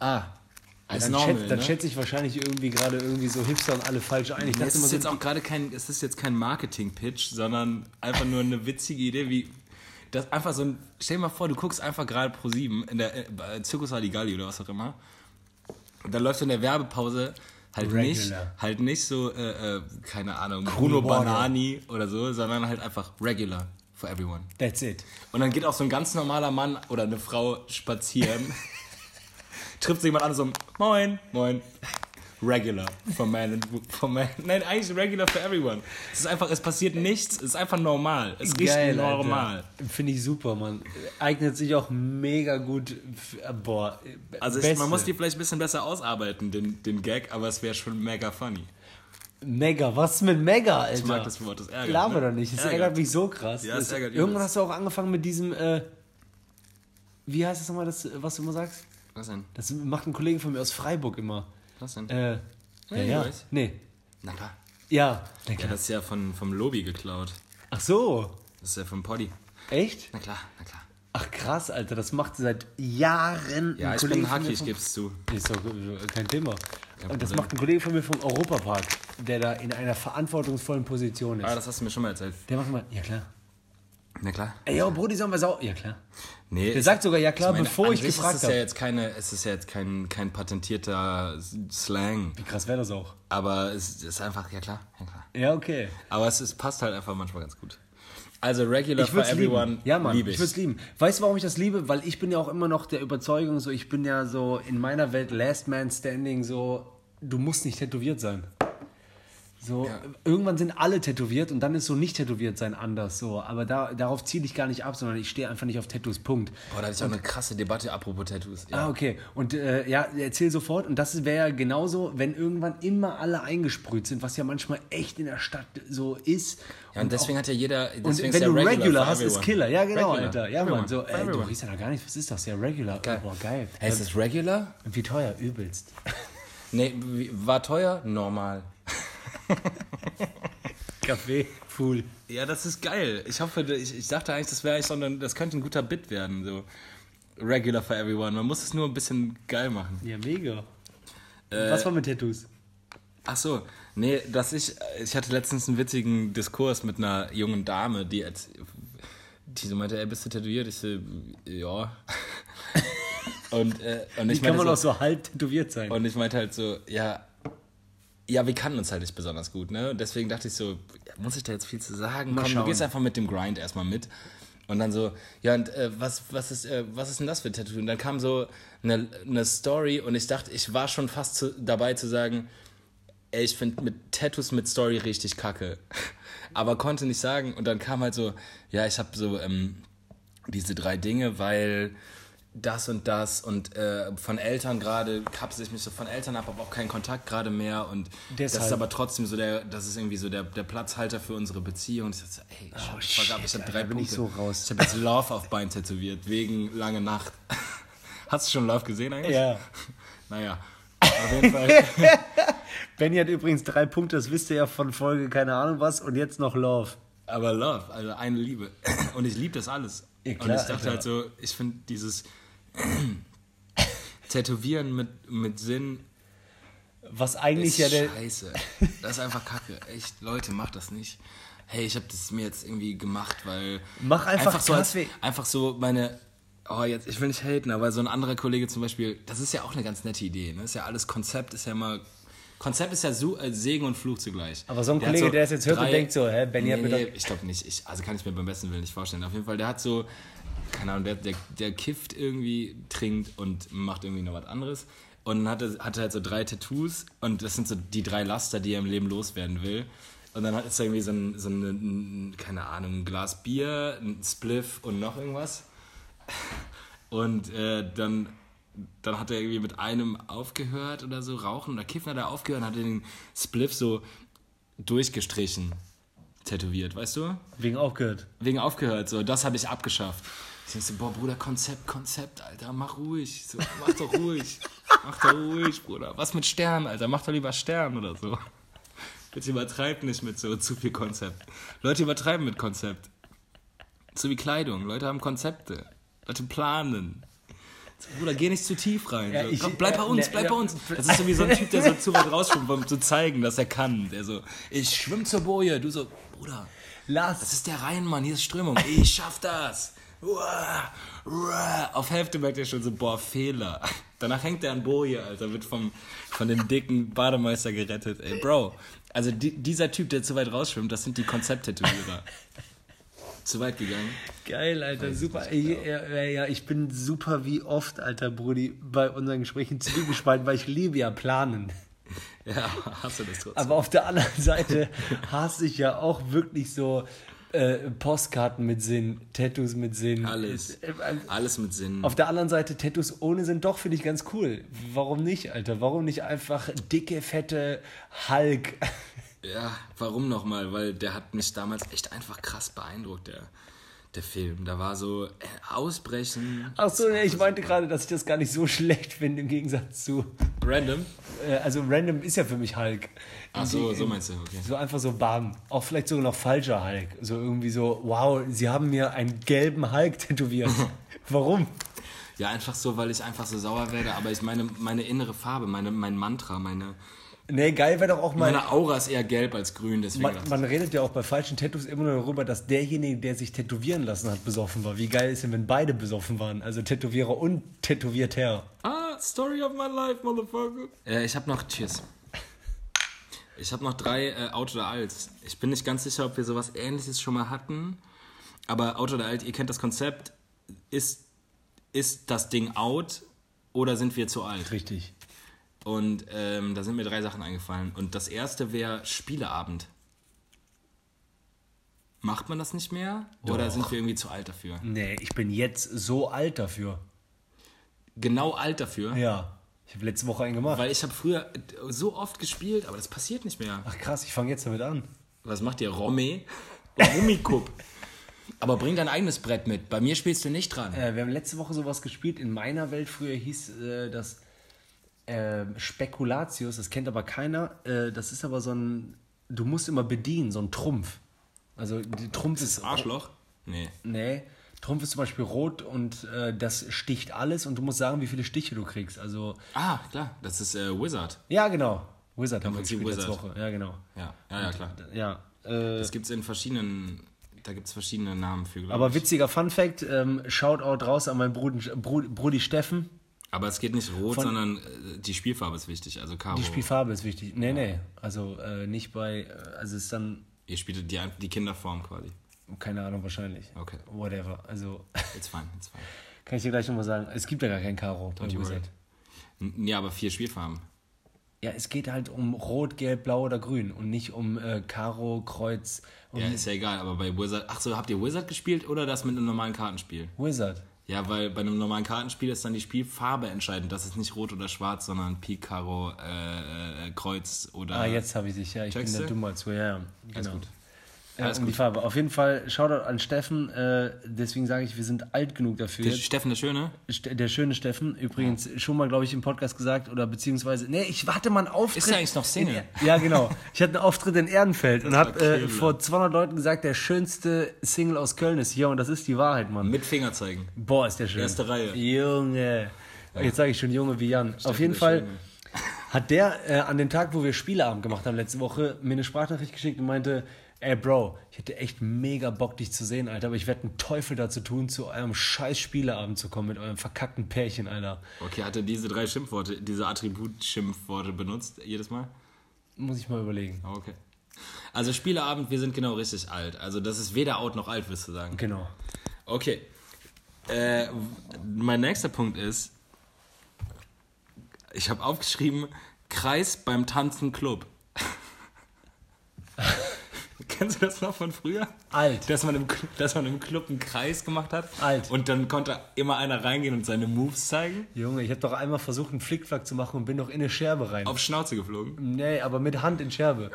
Ah, als dann, normal, schätz, dann ne? schätze ich wahrscheinlich irgendwie gerade irgendwie so Hipster und alle falsch ein. Ich Es dachte immer ist so, jetzt auch gerade kein, es ist jetzt kein Marketing-Pitch, sondern einfach nur eine witzige Idee, wie das einfach so ein. Stell dir mal vor, du guckst einfach gerade pro 7 in der äh, bei Circus Halligalli oder was auch immer. Und dann läuft in der Werbepause halt Regular. nicht, halt nicht so, äh, äh, keine Ahnung, Bruno water. Banani oder so, sondern halt einfach regular for everyone. that's it. Und dann geht auch so ein ganz normaler Mann oder eine Frau <laughs> spazieren, trifft sich jemand an und so, moin, moin. Regular for man and for man. Nein, eigentlich regular for everyone. Es ist einfach, es passiert nichts, es ist einfach normal. Es riecht Alter. normal. Finde ich super, Mann. Eignet sich auch mega gut. f- Boah, Also ich, Beste. man muss die vielleicht ein bisschen besser ausarbeiten, den, den Gag, aber es wäre schon mega funny. Mega, was mit Mega, Alter? Ich mag das Wort, das ärgert. Laber ne? doch nicht, es ärgert. mich so krass. Ja, es Es- ärgert Irgendwann übelst. hast du auch angefangen mit diesem, äh, wie heißt das nochmal, das, äh, was du immer sagst? Was denn? Das macht ein Kollege von mir aus Freiburg immer. Was denn? Äh, ja, Hey, ja. Boys. Nee. Na klar. Ja. Na Ja, klar. das ist ja von, vom Lobby geklaut. Ach so, Das ist ja vom Poddy. echt? Na klar, na klar. Ach krass, Alter, das macht seit Jahren Ja, ein ich Kollege bin von Hacki, mir ich vom- geb's zu. Ist doch äh, kein Thema. Und das Problem. macht ein Kollege von mir vom Europapark, der da in einer verantwortungsvollen Position Ah, ist. das hast du mir schon mal erzählt. Der macht immer, ja klar. Na klar. Ey, yo, Brudi, sollen wir sau... Ja klar. Nee, Der ich- sagt sogar, ja klar, meine, bevor an ich sich gefragt ist es ja habe. jetzt keine, es ist ja jetzt kein, kein patentierter S- Slang, Wie krass wäre das auch? aber es ist einfach, ja klar, ja klar. Ja, okay. Aber es, ist- passt halt einfach manchmal ganz gut. Also regular Ich for würde es everyone, lieben. Ja, Mann, lieb ich, würde es lieben. Weißt du, warum ich das liebe? Weil ich bin ja auch immer noch der Überzeugung, so ich bin ja so in meiner Welt Last Man Standing, so du musst nicht tätowiert sein. So, irgendwann sind alle tätowiert und dann ist so nicht tätowiert sein anders so. Aber da, darauf ziele ich gar nicht ab, sondern ich stehe einfach nicht auf Tattoos. Punkt. Boah, da hatte ich auch eine krasse Debatte apropos Tattoos. Ja. Ah, okay. Und äh, ja, erzähl sofort. Und das wäre ja genauso, wenn irgendwann immer alle eingesprüht sind, was ja manchmal echt in der Stadt so ist. Ja, und deswegen auch- hat ja jeder. Deswegen und ist wenn ja du Regular, for hast, ist everyone. Killer. Ja, genau, Regular. Alter. Ja, Everyone. Mann. So, For ey, du everyone. riechst ja noch gar nicht. Was ist das? Ja, Regular. Geil. Boah, geil. <laughs> Heißt das Regular? Und Wie teuer? <laughs> Übelst. Nee, wie- war teuer? Normal. Kaffee. Pool. Ja, das ist geil. Ich hoffe, ich, ich dachte eigentlich, das wäre eigentlich so ein, das könnte ein guter Bit werden. So. Regular for everyone. Man muss es nur ein bisschen geil machen. Ja, mega. Äh, was war mit Tattoos? Ach so, nee, dass ich, ich hatte letztens einen witzigen Diskurs mit einer jungen Dame, die, als- die so meinte, ey, bist du tätowiert? Ich so, ja. <laughs> und, äh, und ich Wie kann meinte man so, auch so halb tätowiert sein? Und ich meinte halt so, ja, ja, wir kannten uns halt nicht besonders gut, ne? Und deswegen dachte ich so, ja, muss ich da jetzt viel zu sagen? Komm, schauen. du gehst einfach mit dem Grind erstmal mit. Und dann so, ja, und äh, was, was, ist, äh, was ist denn das für ein Tattoo? Und dann kam so eine, eine Story und ich dachte, ich war schon fast zu, dabei zu sagen, ey, ich finde mit Tattoos mit Story richtig kacke. <laughs> Aber konnte nicht sagen. Und dann kam halt so, ja, ich habe so ähm, diese drei Dinge, weil das und das und äh, von Eltern gerade kapsel ich mich so von Eltern ab, habe auch keinen Kontakt gerade mehr und das Deshalb. ist aber trotzdem so der, das ist irgendwie so der, der Platzhalter für unsere Beziehung. Und ich dachte, so, ey, ich hab, Oh, shit, vergab, ich hab Alter, drei bin ich Punkte. so raus. Ich habe jetzt Love auf Bein tätowiert, wegen lange Nacht. <laughs> Hast du schon Love gesehen eigentlich? <laughs> Ja. Naja, auf jeden <laughs> Fall. Benny hat übrigens drei Punkte, das wisst ihr ja von Folge, keine Ahnung was, und jetzt noch Love. Aber Love, also eine Liebe. Und ich liebe das alles. Ja, und klar, ich dachte Alter. halt so, ich finde dieses <clears throat> Tätowieren mit, mit Sinn Was eigentlich ist ja der. scheiße. Das ist einfach kacke. Echt, Leute, macht das nicht. Hey, ich habe das mir jetzt irgendwie gemacht, weil... Mach einfach so als, Kaffee. Einfach so meine... Oh, jetzt, ich will nicht haten, aber so ein anderer Kollege zum Beispiel, das ist ja auch eine ganz nette Idee. Ne? Ist ja alles Konzept, ist ja immer... Konzept ist ja so, äh, Segen und Fluch zugleich. Aber so ein hat Kollege, der das jetzt hört und denkt so, hä, Benny nee, hat mir nee, doch- Ich glaube nicht. Ich, also kann ich mir beim besten Willen nicht vorstellen. Auf jeden Fall, der hat so, keine Ahnung, der, der, der kifft irgendwie, trinkt und macht irgendwie noch was anderes. Und dann hatte, hatte halt so drei Tattoos und das sind so die drei Laster, die er im Leben loswerden will. Und dann hat es irgendwie so, ein, so eine, ein- keine Ahnung, ein Glas Bier, ein Spliff und noch irgendwas. Und äh, dann, dann hat er irgendwie mit einem aufgehört oder so, rauchen oder kiffen hat er aufgehört und hat den Spliff so durchgestrichen, tätowiert, weißt du? Wegen aufgehört. Wegen aufgehört, so, das habe ich abgeschafft. Ich denk so, boah, Bruder, Konzept, Konzept, Alter, mach ruhig, so, mach doch ruhig, mach doch ruhig, Bruder. Was mit Stern, Alter, mach doch lieber Stern oder so. Bitte übertreibt nicht mit so zu viel Konzept. Leute übertreiben mit Konzept. So wie Kleidung, Leute haben Konzepte, Leute planen. So, Bruder, geh nicht zu tief rein. Ja, so. ich- Komm, bleib bei äh, uns, ne, bleib ja. bei uns. Das ist so wie so ein Typ, der so zu weit rausschwimmt, um zu zeigen, dass er kann. Der so, ich schwimm zur Boje. Du so, Bruder, das Lass. ist der Rhein, Mann, hier ist Strömung. Ich schaff das. Uah, uah. Auf Hälfte merkt er schon so, boah, Fehler. Danach hängt er an Boje, Alter, wird vom, von dem dicken Bademeister gerettet. Ey, Bro, also die, dieser Typ, der zu weit rausschwimmt, das sind die Konzepttätowierer. zu weit gegangen. Geil, Alter, super. Ich, genau. ja, ja, ja, ich bin super wie oft, Alter, Brudi, bei unseren Gesprächen zwiegespalten, weil ich liebe ja planen. Ja, hast du das trotzdem. Aber auf der anderen <laughs> Seite hasse ich ja auch wirklich so äh, Postkarten mit Sinn, Tattoos mit Sinn. Alles. Äh, äh, Alles mit Sinn. Auf der anderen Seite, Tattoos ohne sind doch, finde ich ganz cool. Warum nicht, Alter? Warum nicht einfach dicke, fette Hulk? Ja, warum nochmal? Weil der hat mich damals echt einfach krass beeindruckt, der, der Film. Da war so äh, Ausbrechen. Achso, nee, ich meinte gerade, dass ich das gar nicht so schlecht finde im Gegensatz zu. Random. Äh, also, random ist ja für mich Hulk. Ach so, ähm, so meinst du, okay. So einfach so bam. Auch vielleicht sogar noch falscher Hulk. So irgendwie so, wow, sie haben mir einen gelben Hulk <laughs> tätowiert. Warum? Ja, einfach so, weil ich einfach so sauer werde, aber ich meine, meine innere Farbe, meine, mein Mantra, meine, Nee, geil wäre doch auch mal. meine Aura ist eher gelb als grün, deswegen. Man, dachte ich- man redet ja auch bei falschen Tattoos immer nur darüber, dass derjenige, der sich tätowieren lassen hat, besoffen war. Wie geil ist denn, wenn beide besoffen waren? Also Tätowierer und Tätowierter. ah, Story of my life, motherfucker. Äh, ich hab noch, cheers. Ich hab noch drei äh, Out oder Alt. Ich bin nicht ganz sicher, ob wir sowas ähnliches schon mal hatten, aber Out oder Alt, ihr kennt das Konzept, ist, ist das Ding out oder sind wir zu alt? Richtig. Und ähm, da sind mir drei Sachen eingefallen. Und das erste wäre Spieleabend. Macht man das nicht mehr? Oder Doch. sind wir irgendwie zu alt dafür? Nee, ich bin jetzt so alt dafür. Genau alt dafür. Ja. Ich habe letzte Woche einen gemacht. Weil ich habe früher so oft gespielt, aber das passiert nicht mehr. Ach krass, ich fange jetzt damit an. Was macht ihr? <laughs> Romme? Rummikub. aber bring dein eigenes Brett mit. Bei mir spielst du nicht dran. Äh, wir haben letzte Woche sowas gespielt. In meiner Welt früher hieß äh, das äh, Spekulatius, das kennt aber keiner. Äh, das ist aber so ein, du musst immer bedienen, so ein Trumpf. Also die Trumpf ist, Arschloch? Nee. Nee, Trumpf ist zum Beispiel rot und äh, das sticht alles und du musst sagen, wie viele Stiche du kriegst. Also, Ah, klar. Das ist äh, Wizard. ja genau, Wizard haben wir Prinzip gespielt letzte Wizard. Woche. Ja genau, Ja, ja, ja klar. ja. Äh, Das gibt es in verschiedenen, da gibt es verschiedene Namen für, glaub aber ich. witziger Fun Fact, ähm, Shoutout raus an meinen Bruder, Bru- Brudi Steffen. Aber es geht nicht rot, sondern äh, die Spielfarbe ist wichtig, also Karo. Die Spielfarbe ist wichtig. Nee, nee. Also äh, nicht bei, äh, also es ist dann, Ihr spielt die, die Kinderform quasi. keine Ahnung, wahrscheinlich. Okay. Whatever. Also <laughs> It's fine, it's fine. kann ich dir gleich nochmal sagen, es gibt ja gar kein Karo. bei Don't you Wizard. worry. N- Ja, aber vier Spielfarben. Ja, es geht halt um Rot, Gelb, Blau oder Grün und nicht um äh, Karo, Kreuz und Ja, ist ja egal, aber bei Wizard. Ach so, habt ihr Wizard gespielt oder das mit einem normalen Kartenspiel? Wizard. Ja, weil bei einem normalen Kartenspiel ist dann die Spielfarbe entscheidend. Das ist nicht rot oder schwarz, sondern Pik, Karo, äh, äh, Kreuz oder. Ah, jetzt habe ich dich. Ja, ich Checkst bin der du? Dumme als du. Ja, ja. Genau. gut. Äh, Alles um die gut. Farbe. Auf jeden Fall Shoutout an Steffen. Äh, deswegen sage ich, wir sind alt genug dafür. Der jetzt. Steffen der Schöne? Ste- der schöne Steffen, übrigens schon mal, glaube ich, im Podcast gesagt oder beziehungsweise, nee, ich hatte mal einen Auftritt. Ist er eigentlich noch Single? In, ja, genau. Ich hatte einen Auftritt in Ehrenfeld und habe okay, äh, vor 200 Leuten gesagt, der schönste Single aus Köln ist hier und das ist die Wahrheit, Mann. Mit Finger zeigen. Boah, ist der schön. Erste Reihe. Junge. Jetzt sage ich schon Junge wie Jan. Auf jeden der Fall Schöne. hat der äh, an dem Tag, wo wir Spieleabend gemacht haben letzte Woche, mir eine Sprachnachricht geschickt und meinte, ey Bro, ich hätte echt mega Bock, dich zu sehen, Alter, aber ich werde einen Teufel dazu tun, zu eurem scheiß Spieleabend zu kommen mit eurem verkackten Pärchen, Alter. Okay, hat er diese drei Schimpfworte, diese Attribut-Schimpfworte benutzt jedes Mal? Muss ich mal überlegen. Ah, Okay. Also Spieleabend, wir sind genau richtig alt. Also das ist weder out noch alt, würdest du sagen. Genau. Okay. Äh, w- mein nächster Punkt ist, ich habe aufgeschrieben, Kreis beim Tanzen Club. <laughs> Kennst du das noch von früher? Alt. Dass man, im, Cl- dass man im Club einen Kreis gemacht hat. Alt. Und dann konnte immer einer reingehen und seine Moves zeigen. Junge, ich habe doch einmal versucht, einen Flickflack zu machen und bin doch in eine Scherbe rein. Auf Ah. Schnauze geflogen. nee, aber mit Hand in Scherbe.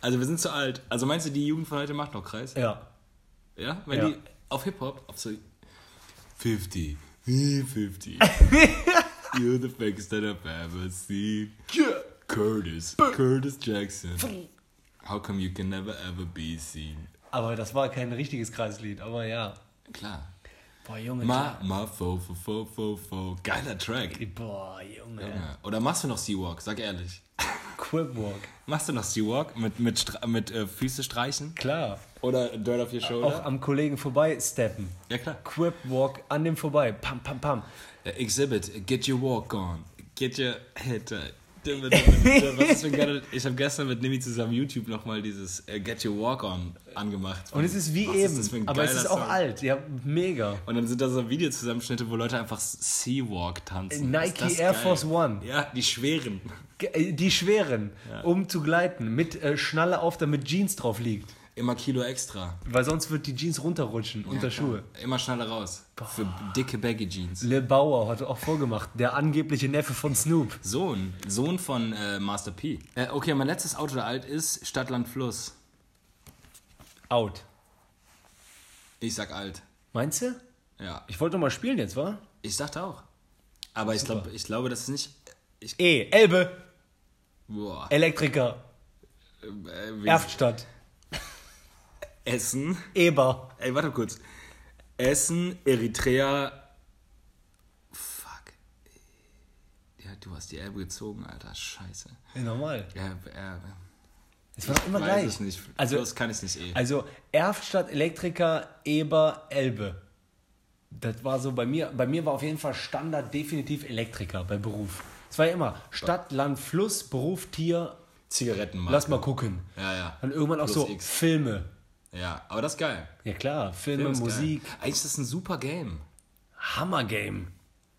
Also wir sind zu alt. Also meinst du, die Jugend von heute macht noch Kreis? Ja. Ja, wenn Ja. die auf Hip-Hop, auf so 50, eh, <laughs> 50. You're the fakest that I've ever seen. Curtis, Curtis Jackson. How come you can never ever be seen? Aber das war kein richtiges Kreislied, aber ja. Klar. Boah, Junge. Ma, ma, fo, fo, fo, fo, fo. Geiler Track. Boah, Junge. Ja. Oder machst du noch Sea-Walk? Sag ehrlich. <laughs> Quipwalk. Machst du noch Sea-Walk mit, mit, Stra- mit äh, Füße streichen? Klar. Oder Dirt off your Auch shoulder? am Kollegen vorbei steppen. Ja, klar. Quipwalk an dem vorbei. Pam, pam, pam. Äh, Exhibit, get your walk on, get your head tight. Dimme, dimme, dimme. Was ist für ein geiler- Ich habe gestern mit Nimi zusammen YouTube nochmal dieses äh, Get Your Walk On angemacht. Und es ist wie Was eben. das für ein aber es geiler ist auch Song? alt. Ja, mega. Und dann sind da so Videozusammenschnitte, wo Leute einfach Sea-Walk tanzen. Nike Ist das Air geil. Force One. Ja, die schweren. Ge- äh, Die schweren, um zu gleiten. Mit äh, Schnalle auf, damit Jeans drauf liegt. Immer Kilo extra. Weil sonst wird die Jeans runterrutschen unter Schuhe. Immer schneller raus. Für dicke Baggy Jeans. Le Bauer hat auch vorgemacht. Der angebliche Neffe von Snoop. Sohn. Sohn von äh, Master P. Äh, okay, mein letztes Auto der Alt ist Stadt, Land, Fluss. Out. Ich sag alt. Meinst du? Ja. Ich wollte noch mal spielen jetzt, wa? Ich dachte auch. Aber ich, glaub, ich glaube, das ist nicht. Ich, E. Elbe. boah, Elektriker. äh, wie- Erftstadt. Essen. Eber. Ey, warte kurz. Essen, Eritrea. Fuck. Ja, du hast die Elbe gezogen, Alter. Scheiße. Ja, normal. Erbe, Erbe. Es war immer Weiß gleich. es nicht. Also, Also, Bloß kann ich nicht eh. also Erftstadt, Elektriker, Eber, Elbe. Das war so bei mir. Bei mir war auf jeden Fall Standard definitiv Elektriker bei Beruf. Es war ja immer Stadt, Land, Fluss, Beruf, Tier. Zigarettenmarke. Lass mal gucken. Ja, ja. Dann irgendwann auch Plus so X. Filme. Ja, aber das ist geil. Ja klar, Filme, Das ist Musik. Geil. Eigentlich ist das ein super Game. Hammergame.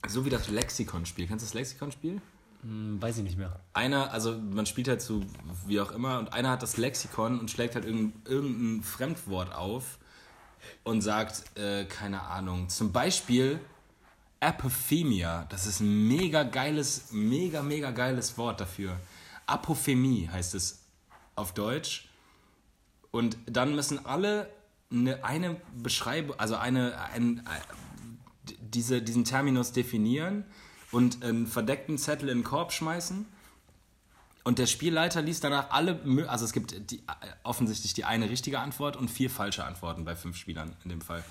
So wie das Lexikon-Spiel. Kennst du das Lexikon-Spiel? Hm, weiß ich nicht mehr. einer, also man spielt halt so wie auch immer, und einer hat das Lexikon und schlägt halt irgendein, irgendein Fremdwort auf und sagt, äh, keine Ahnung, zum Beispiel Apophemia. Das ist ein mega geiles, mega, mega geiles Wort dafür. Apophemie heißt es auf Deutsch. Und dann müssen alle eine, eine Beschreibung, also eine, ein, äh, diese, diesen Terminus definieren und einen verdeckten Zettel in den Korb schmeißen. Und der Spielleiter liest danach alle, mö- also es gibt die, offensichtlich die eine richtige Antwort und vier falsche Antworten bei fünf Spielern in dem Fall.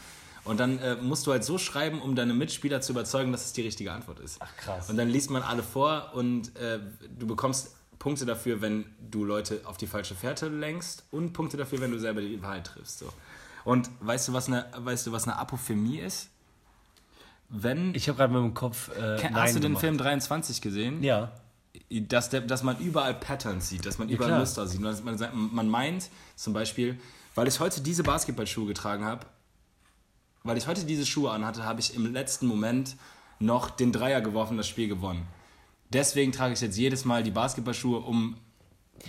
Und dann äh, musst du halt so schreiben, um deine Mitspieler zu überzeugen, dass es die richtige Antwort ist. Ach krass. Und dann liest man alle vor und äh, du bekommst Punkte dafür, wenn du Leute auf die falsche Fährte lenkst und Punkte dafür, wenn du selber die Wahrheit triffst. So. Und weißt du, was eine, weißt du, was eine Apophemie ist? Wenn. Ich habe gerade mit dem Kopf. Äh, Hast Nein du den gemacht. Film 23 gesehen? Ja. dass, der, dass man überall Patterns sieht, dass man überall klar. Muster sieht. Man, man, man meint zum Beispiel, weil ich heute diese Basketballschuhe getragen habe, weil ich heute diese Schuhe anhatte, habe ich im letzten Moment noch den Dreier geworfen, das Spiel gewonnen. Deswegen trage ich jetzt jedes Mal die Basketballschuhe, um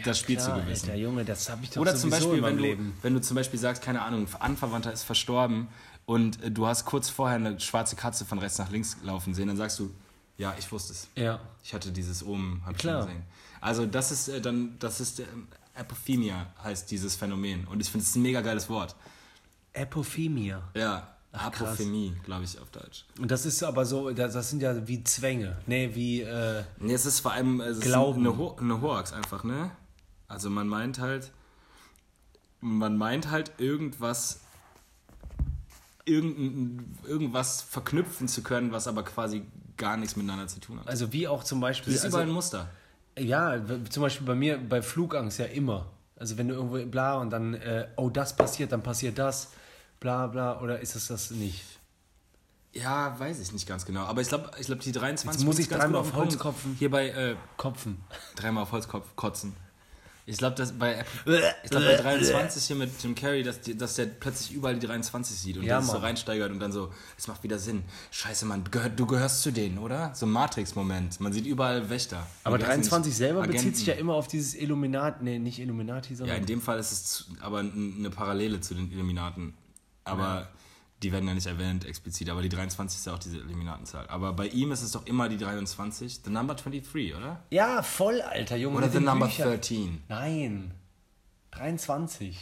das Spiel zu gewinnen. Alter Junge, das habe ich doch Oder zum sowieso Beispiel, in wenn meinem du, Leben. wenn du zum Beispiel sagst, keine Ahnung, ein Anverwandter ist verstorben und äh, du hast kurz vorher eine schwarze Katze von rechts nach links laufen sehen, dann sagst du, ja, ich wusste es. Ja. Ich hatte dieses Omen, hab ich Klar. schon gesehen. Also das ist äh, dann, das ist ähm, Apophemia heißt dieses Phänomen. Und ich finde es ist ein mega geiles Wort. Apophemia. Ja, Apophemie, glaube ich auf Deutsch. Und das ist aber so, das, das sind ja wie Zwänge. Nee, wie. Äh, Nee, es ist vor allem äh, es Glauben. Ist eine, Ho eine Hoax einfach, ne? Also man meint halt, man meint halt irgendwas, irgendein, irgendwas verknüpfen zu können, was aber quasi gar nichts miteinander zu tun hat. also wie auch zum Beispiel. Das ist also, überall ein Muster. Ja, w- zum Beispiel bei mir, bei Flugangst ja immer. Also wenn du irgendwo bla und dann, äh, oh, das passiert, dann passiert das, bla bla, oder ist es das nicht? Ja, weiß ich nicht ganz genau. Aber ich glaube, ich glaub, die 23 Jetzt muss bringt's ich ganz dreimal gut auf den Holz Punkt. klopfen. Hier bei äh, <laughs> Kopfen. dreimal auf Holzkopf kotzen. Ich glaube, dass bei Äh, ich glaub, bei 23 hier mit Jim Carrey, dass, die, dass der plötzlich überall die 23 sieht und Ja, ja, das so Mann. reinsteigert und dann so, es macht wieder Sinn. Scheiße, Mann, gehör, du gehörst zu denen, oder? So ein Matrix-Moment. Man sieht überall Wächter. Aber Und die ganzen 23 selber bezieht sich ja Agenten. immer auf dieses Illuminat, nee, nicht Illuminati, Ja, sondern. in dem Fall ist es zu- aber n- eine Parallele zu den Illuminaten. Aber die werden ja nicht erwähnt explizit. Aber die 23 ist ja auch diese Illuminatenzahl. Aber bei ihm ist es doch immer die 23. The number 23, oder? Ja, voll, alter Junge. Oder mit the den number Büchern. 13. Nein. 23. Ja,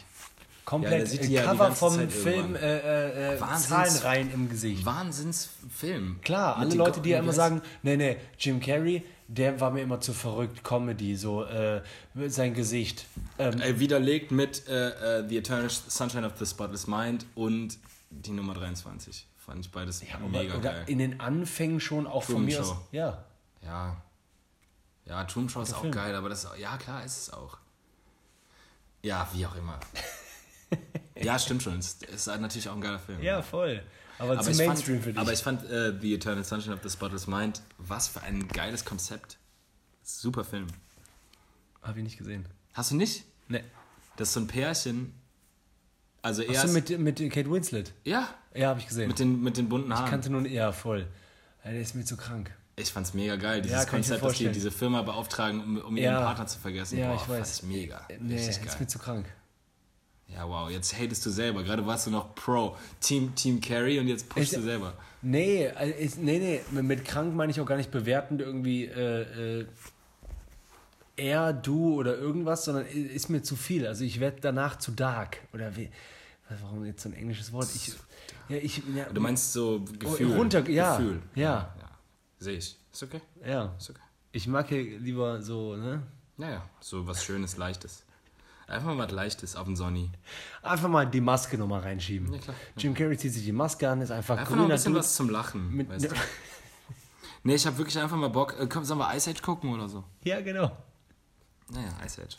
Komplett der sieht äh, die ja die Cover ganze vom Zeit Film irgendwann. äh, äh, äh, Wahnsinns- Zahlenreihen im Gesicht. Wahnsinnsfilm. Klar, Mit alle den Leute, Go- die ja immer Yes. sagen, nee, nee, Jim Carrey, der war mir immer zu verrückt, Comedy, so äh, sein Gesicht. Ähm, Äh, widerlegt mit äh, äh, The Eternal Sunshine of the Spotless Mind und die Nummer 23. Fand ich beides Oh, mega oder geil. in den Anfängen schon auch von Truman mir Show. aus. Ja. Ja. Ja, Tomb Show ist auch Film. geil, aber das ja klar ist es auch. Ja, wie auch <laughs> immer. ja, stimmt schon. Es ist halt natürlich auch ein geiler Film. Ja, voll. Aber, aber zu ich Mainstream fand, für dich. Aber ich fand äh, The Eternal Sunshine of the Spotless Mind, was für ein geiles Konzept. Super Film. Hab ich nicht gesehen. Hast du nicht? Nee. Das ist so ein Pärchen. Also er Achso, ist, mit, mit Kate Winslet. ja, Ja, habe ich gesehen. mit den, mit den bunten Haaren. Kannte nun ja voll. Alter, Der ist mir zu krank. Ich fand's mega geil, dieses kann ich mir Konzept, dass die vorstellen. diese Firma beauftragen, um, um Ja. ihren Partner zu vergessen. Ja, Boah, ich weiß. Fand ich mega. Nee, Richtig ist geil. mir zu krank. Ja, wow, jetzt hatest du selber. Gerade warst du noch Pro. Team, Team Carry und jetzt pushst Ich- du selber. Nee, also ist, nee, nee, mit- mit krank meine ich auch gar nicht bewertend irgendwie äh, äh, er, du oder irgendwas, sondern i- ist mir zu viel. Also ich werde danach zu dark oder wie, warum jetzt so ein englisches Wort? Ich, ja, ich, ja, Du meinst so Gefühl. Oh, runter- ja, Gefühl. ja. ja. Sehe ich. Ist okay? ja, Ist okay. ich mag hier lieber so, ne? Naja, so was Schönes, Leichtes. Einfach mal was Leichtes auf dem Sonny. Einfach mal die Maske nochmal reinschieben. Ja, klar. Jim Carrey zieht sich die Maske an, ist einfach, Einfach noch ein grüner bisschen Dude. was zum Lachen. mit- <laughs> weißt du? Nee, ich habe wirklich einfach mal Bock. Äh, komm, sollen wir Ice Age gucken oder so? ja, genau. Naja, Ice Age.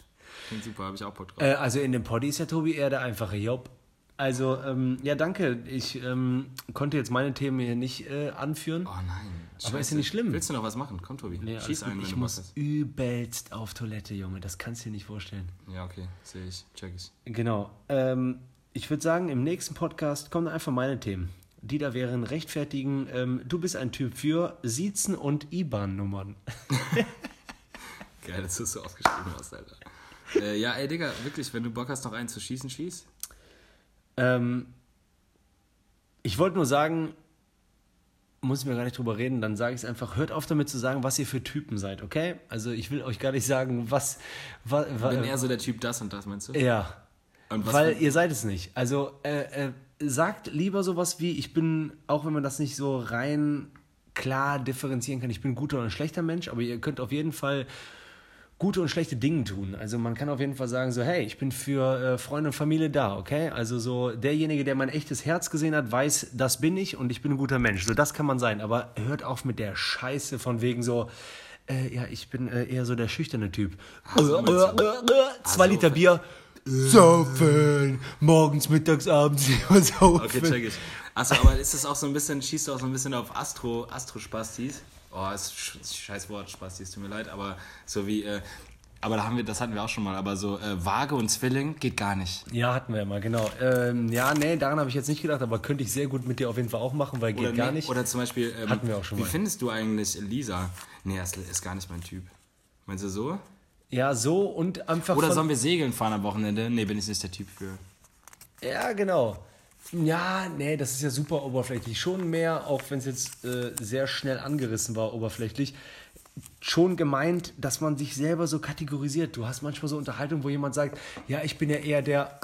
Klingt super, habe ich auch Bock drauf. Äh, also in dem Poddy ist ja Tobi eher der einfache Job. Also, ähm, ja, danke. Ich ähm, konnte jetzt meine Themen hier nicht äh, anführen. Oh nein. Aber ist ja Scheiße. nicht schlimm. Willst du noch was machen? Komm, Tobi. Nee, alles Schieß gut. ein, wenn ich du Bock muss hast. übelst auf Toilette, Junge. Das kannst du dir nicht vorstellen. Ja, okay. Sehe ich. Check ich. Genau. Ähm, ich würde sagen, im nächsten Podcast kommen einfach meine Themen. Die da wären rechtfertigen, ähm, du bist ein Typ für Siezen und IBAN-Nummern. Geil, dass du es so aufgeschrieben hast, Alter. Äh, ja, ey, Digga, wirklich, wenn du Bock hast, noch einen zu schießen, schieß. Ähm, ich wollte nur sagen, muss ich mir gar nicht drüber reden, dann sage ich es einfach, hört auf damit zu sagen, was ihr für Typen seid, okay? Also ich will euch gar nicht sagen, was... was, Bin eher so der Typ das und das, meinst du? ja, Und was weil für- ihr seid es nicht. Also äh, äh, sagt lieber sowas wie, ich bin, auch wenn man das nicht so rein klar differenzieren kann, ich bin ein guter oder ein schlechter Mensch, aber ihr könnt auf jeden Fall gute und schlechte Dinge tun. Also man kann auf jeden Fall sagen so, hey, ich bin für äh, Freunde und Familie da, okay? Also so derjenige, der mein echtes Herz gesehen hat, weiß, das bin ich und ich bin ein guter Mensch. So das kann man sein, aber hört auf mit der Scheiße von wegen so äh, ja, ich bin äh, eher so der schüchterne Typ. so, meinst du? Äh, äh, äh, Zwei so, Liter Bier. Saufen. Morgens, mittags, <laughs> abends immer saufen. Okay, check ich. Achso, aber ist das auch so ein bisschen, schießt du auch so ein bisschen auf Astro, Astro-Spastis? Oh, ist sch- scheiß Wort, Spastis, tut mir leid, aber so wie, äh, aber da haben wir, das hatten wir auch schon mal, aber so äh, Waage und Zwilling geht gar nicht. Ja, hatten wir ja mal, genau. Ähm, ja, nee, daran habe ich jetzt nicht gedacht, aber könnte ich sehr gut mit dir auf jeden Fall auch machen, weil geht Oder gar nee, nicht. Oder zum Beispiel, ähm, Hatten wir auch schon wie mal. findest du eigentlich Lisa? Nee, das ist gar nicht mein Typ. Meinst du so? ja, so und einfach Oder von, sollen wir segeln fahren am Wochenende? Nee, bin ich nicht der Typ für. Ja, genau. Ja, nee, das ist ja super oberflächlich. Schon mehr, auch wenn es jetzt äh, sehr schnell angerissen war, oberflächlich. Schon gemeint, dass man sich selber so kategorisiert. Du hast manchmal so Unterhaltungen, wo jemand sagt, ja, ich bin ja eher der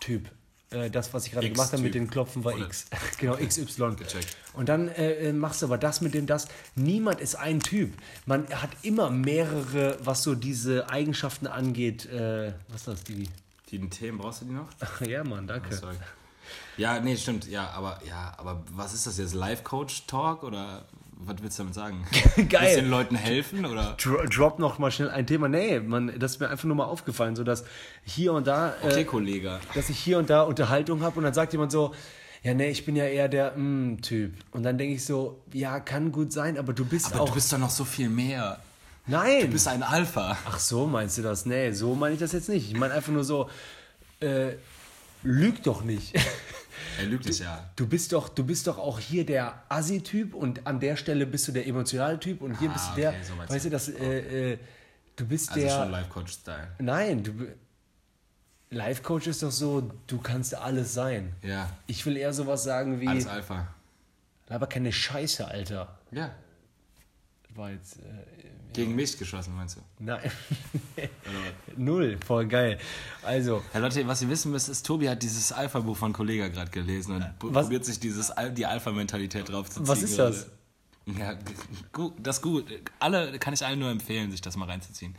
Typ. Äh, das, was ich gerade gemacht habe mit X-Typ. den Klopfen, war Oder- X. <laughs> genau, XY. Gecheckt. Und dann äh, äh, machst du aber das mit dem, das. Niemand ist ein Typ. Man hat immer mehrere, was so diese Eigenschaften angeht. Äh, was ist das, Digi? <laughs> Die Themen brauchst du die noch? Ja, Mann, danke. Sorry. Ja, nee, stimmt. Ja, aber ja, aber was ist das jetzt? Life-Coach-Talk oder was willst du damit sagen? <laughs> Geil. Willst du den Leuten helfen oder? Dro drop noch mal schnell ein Thema. Nee, man, das ist mir einfach nur mal aufgefallen, so dass hier und da, Okay, äh, Kollege. dass ich hier und da Unterhaltung habe und dann sagt jemand so, ja, nee, ich bin ja eher der mm, Typ. Und dann denke ich so, ja, kann gut sein, aber du bist Aber auch. du bist doch noch so viel mehr. nein! Du bist ein Alpha. Ach so, meinst du das? Nee, so meine ich das jetzt nicht. Ich meine einfach nur so, äh, lüg <laughs> doch nicht. Er lügt dich ja. Du bist doch, du bist doch auch hier der Assi-Typ und an der Stelle bist du der emotionale Typ und hier Ah, bist du okay, der, so meinst weißt du. du, das, äh, äh, du bist Also der. schon Life-Coach-Style. Nein, du. Life Coach ist doch so, du kannst alles sein. Ja, Ich will eher sowas sagen wie. alles Alpha. aber keine Scheiße, Alter. Ja. War jetzt. Äh, Gegen mich geschossen, meinst du? nein. <laughs> Null, voll geil. Also, Ja, Leute, was ihr wissen müsst, ist, Tobi hat dieses Alpha-Buch von Kollega gerade gelesen und pro- Was- probiert sich dieses, Al- die Alpha-Mentalität drauf zu ziehen. Was ist das? gerade. Ja, g- gu- das gut. Alle, kann ich allen nur empfehlen, sich das mal reinzuziehen.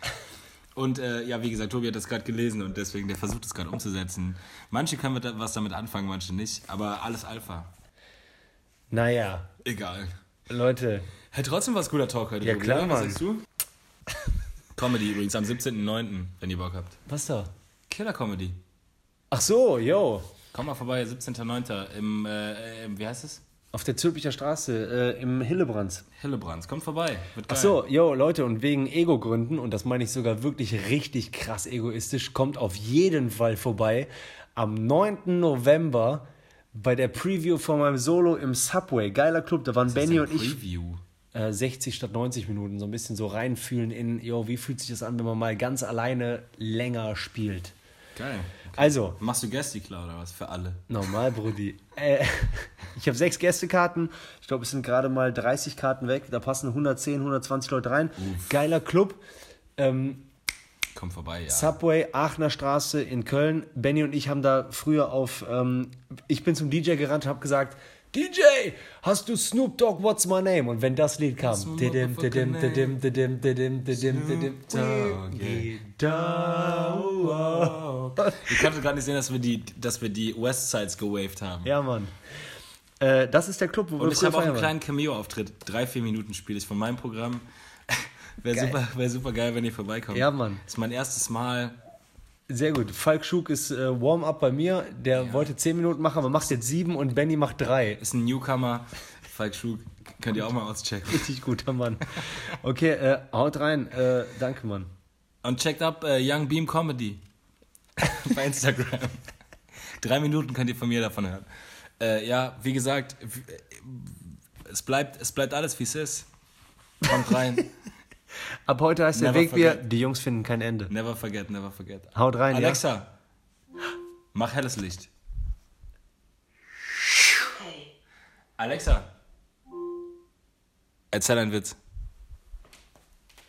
Und äh, ja, wie gesagt, Tobi hat das gerade gelesen und deswegen, der versucht es gerade umzusetzen. Manche können mit, was damit anfangen, manche nicht, aber alles Alpha. naja, Egal. Leute. Hey, trotzdem war es guter Talk heute. Ja, Tobi, klar, oder? Was Mann. sagst <laughs> du? Comedy übrigens am 17.09., wenn ihr Bock habt. Was da? Killer Comedy. Ach so, yo. Komm mal vorbei, 17.09. im, äh, im, wie heißt es? Auf der Zülpicher Straße äh, im Hillebrands. Hillebrands, kommt vorbei. Wird geil. Ach so, yo, Leute, und wegen Ego-Gründen, und das meine ich sogar wirklich richtig krass egoistisch, kommt auf jeden Fall vorbei am 9. November bei der Preview von meinem Solo im Subway. Geiler Club, da waren Das ist Benny ein und ich Preview. äh, 60 statt 90 Minuten so ein bisschen so reinfühlen in, yo, wie fühlt sich das an, wenn man mal ganz alleine länger spielt. Geil. Also, Machst du Gestikler oder was? Für alle. Normal, Brudi. Äh, <laughs> ich habe sechs Gästekarten. Ich glaube, es sind gerade mal 30 Karten weg. Da passen 110, 120 Leute rein. Geiler Club. Ähm, Komm vorbei, ja. Subway, Aachener Straße in Köln. Benny und ich haben da früher auf. Ähm, ich bin zum DJ gerannt und habe gesagt: DJ, hast du Snoop Dogg, what's my name? Und wenn das Lied kam: didim, didim, didim, didim, didim, didim, didim, Dogg, yeah. ich konnte gar nicht sehen, dass wir die, dass wir die Westsides gewaved haben. Ja, Mann. Äh, das ist der Club, wo Und wir ich früher habe auch einen feiern kleinen waren. Cameo-Auftritt. Drei, vier Minuten spiele ich von meinem Programm. <laughs> Wäre super, wär super geil, wenn ihr vorbeikommt. Ja, Mann. Ist mein erstes Mal. Sehr gut. Falk Schug ist äh, Warm-up bei mir. Der wollte 10 Minuten machen, aber macht jetzt 7 und Benny macht 3. Ist ein Newcomer. Falk Schug. Könnt ihr auch mal auschecken. <laughs> Richtig guter Mann. Okay, äh, haut rein. Äh, danke, Mann. Und checkt ab äh, Young Beam Comedy <laughs> bei Instagram. <laughs> Drei Minuten könnt ihr von mir davon hören. Äh, ja, wie gesagt, äh, <laughs> w- es bleibt, es bleibt alles, wie es ist. Kommt rein. Ab heute heißt der Never Weg wir, forget. die Jungs finden kein Ende. Never forget, never forget. Haut rein, Alexa, mach helles Licht. Hey. Alexa, erzähl einen Witz.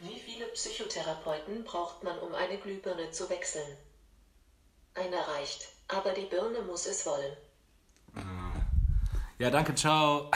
Wie viele Psychotherapeuten braucht man, um eine Glühbirne zu wechseln? Einer reicht, aber die Birne muss es wollen. Ja, danke, ciao.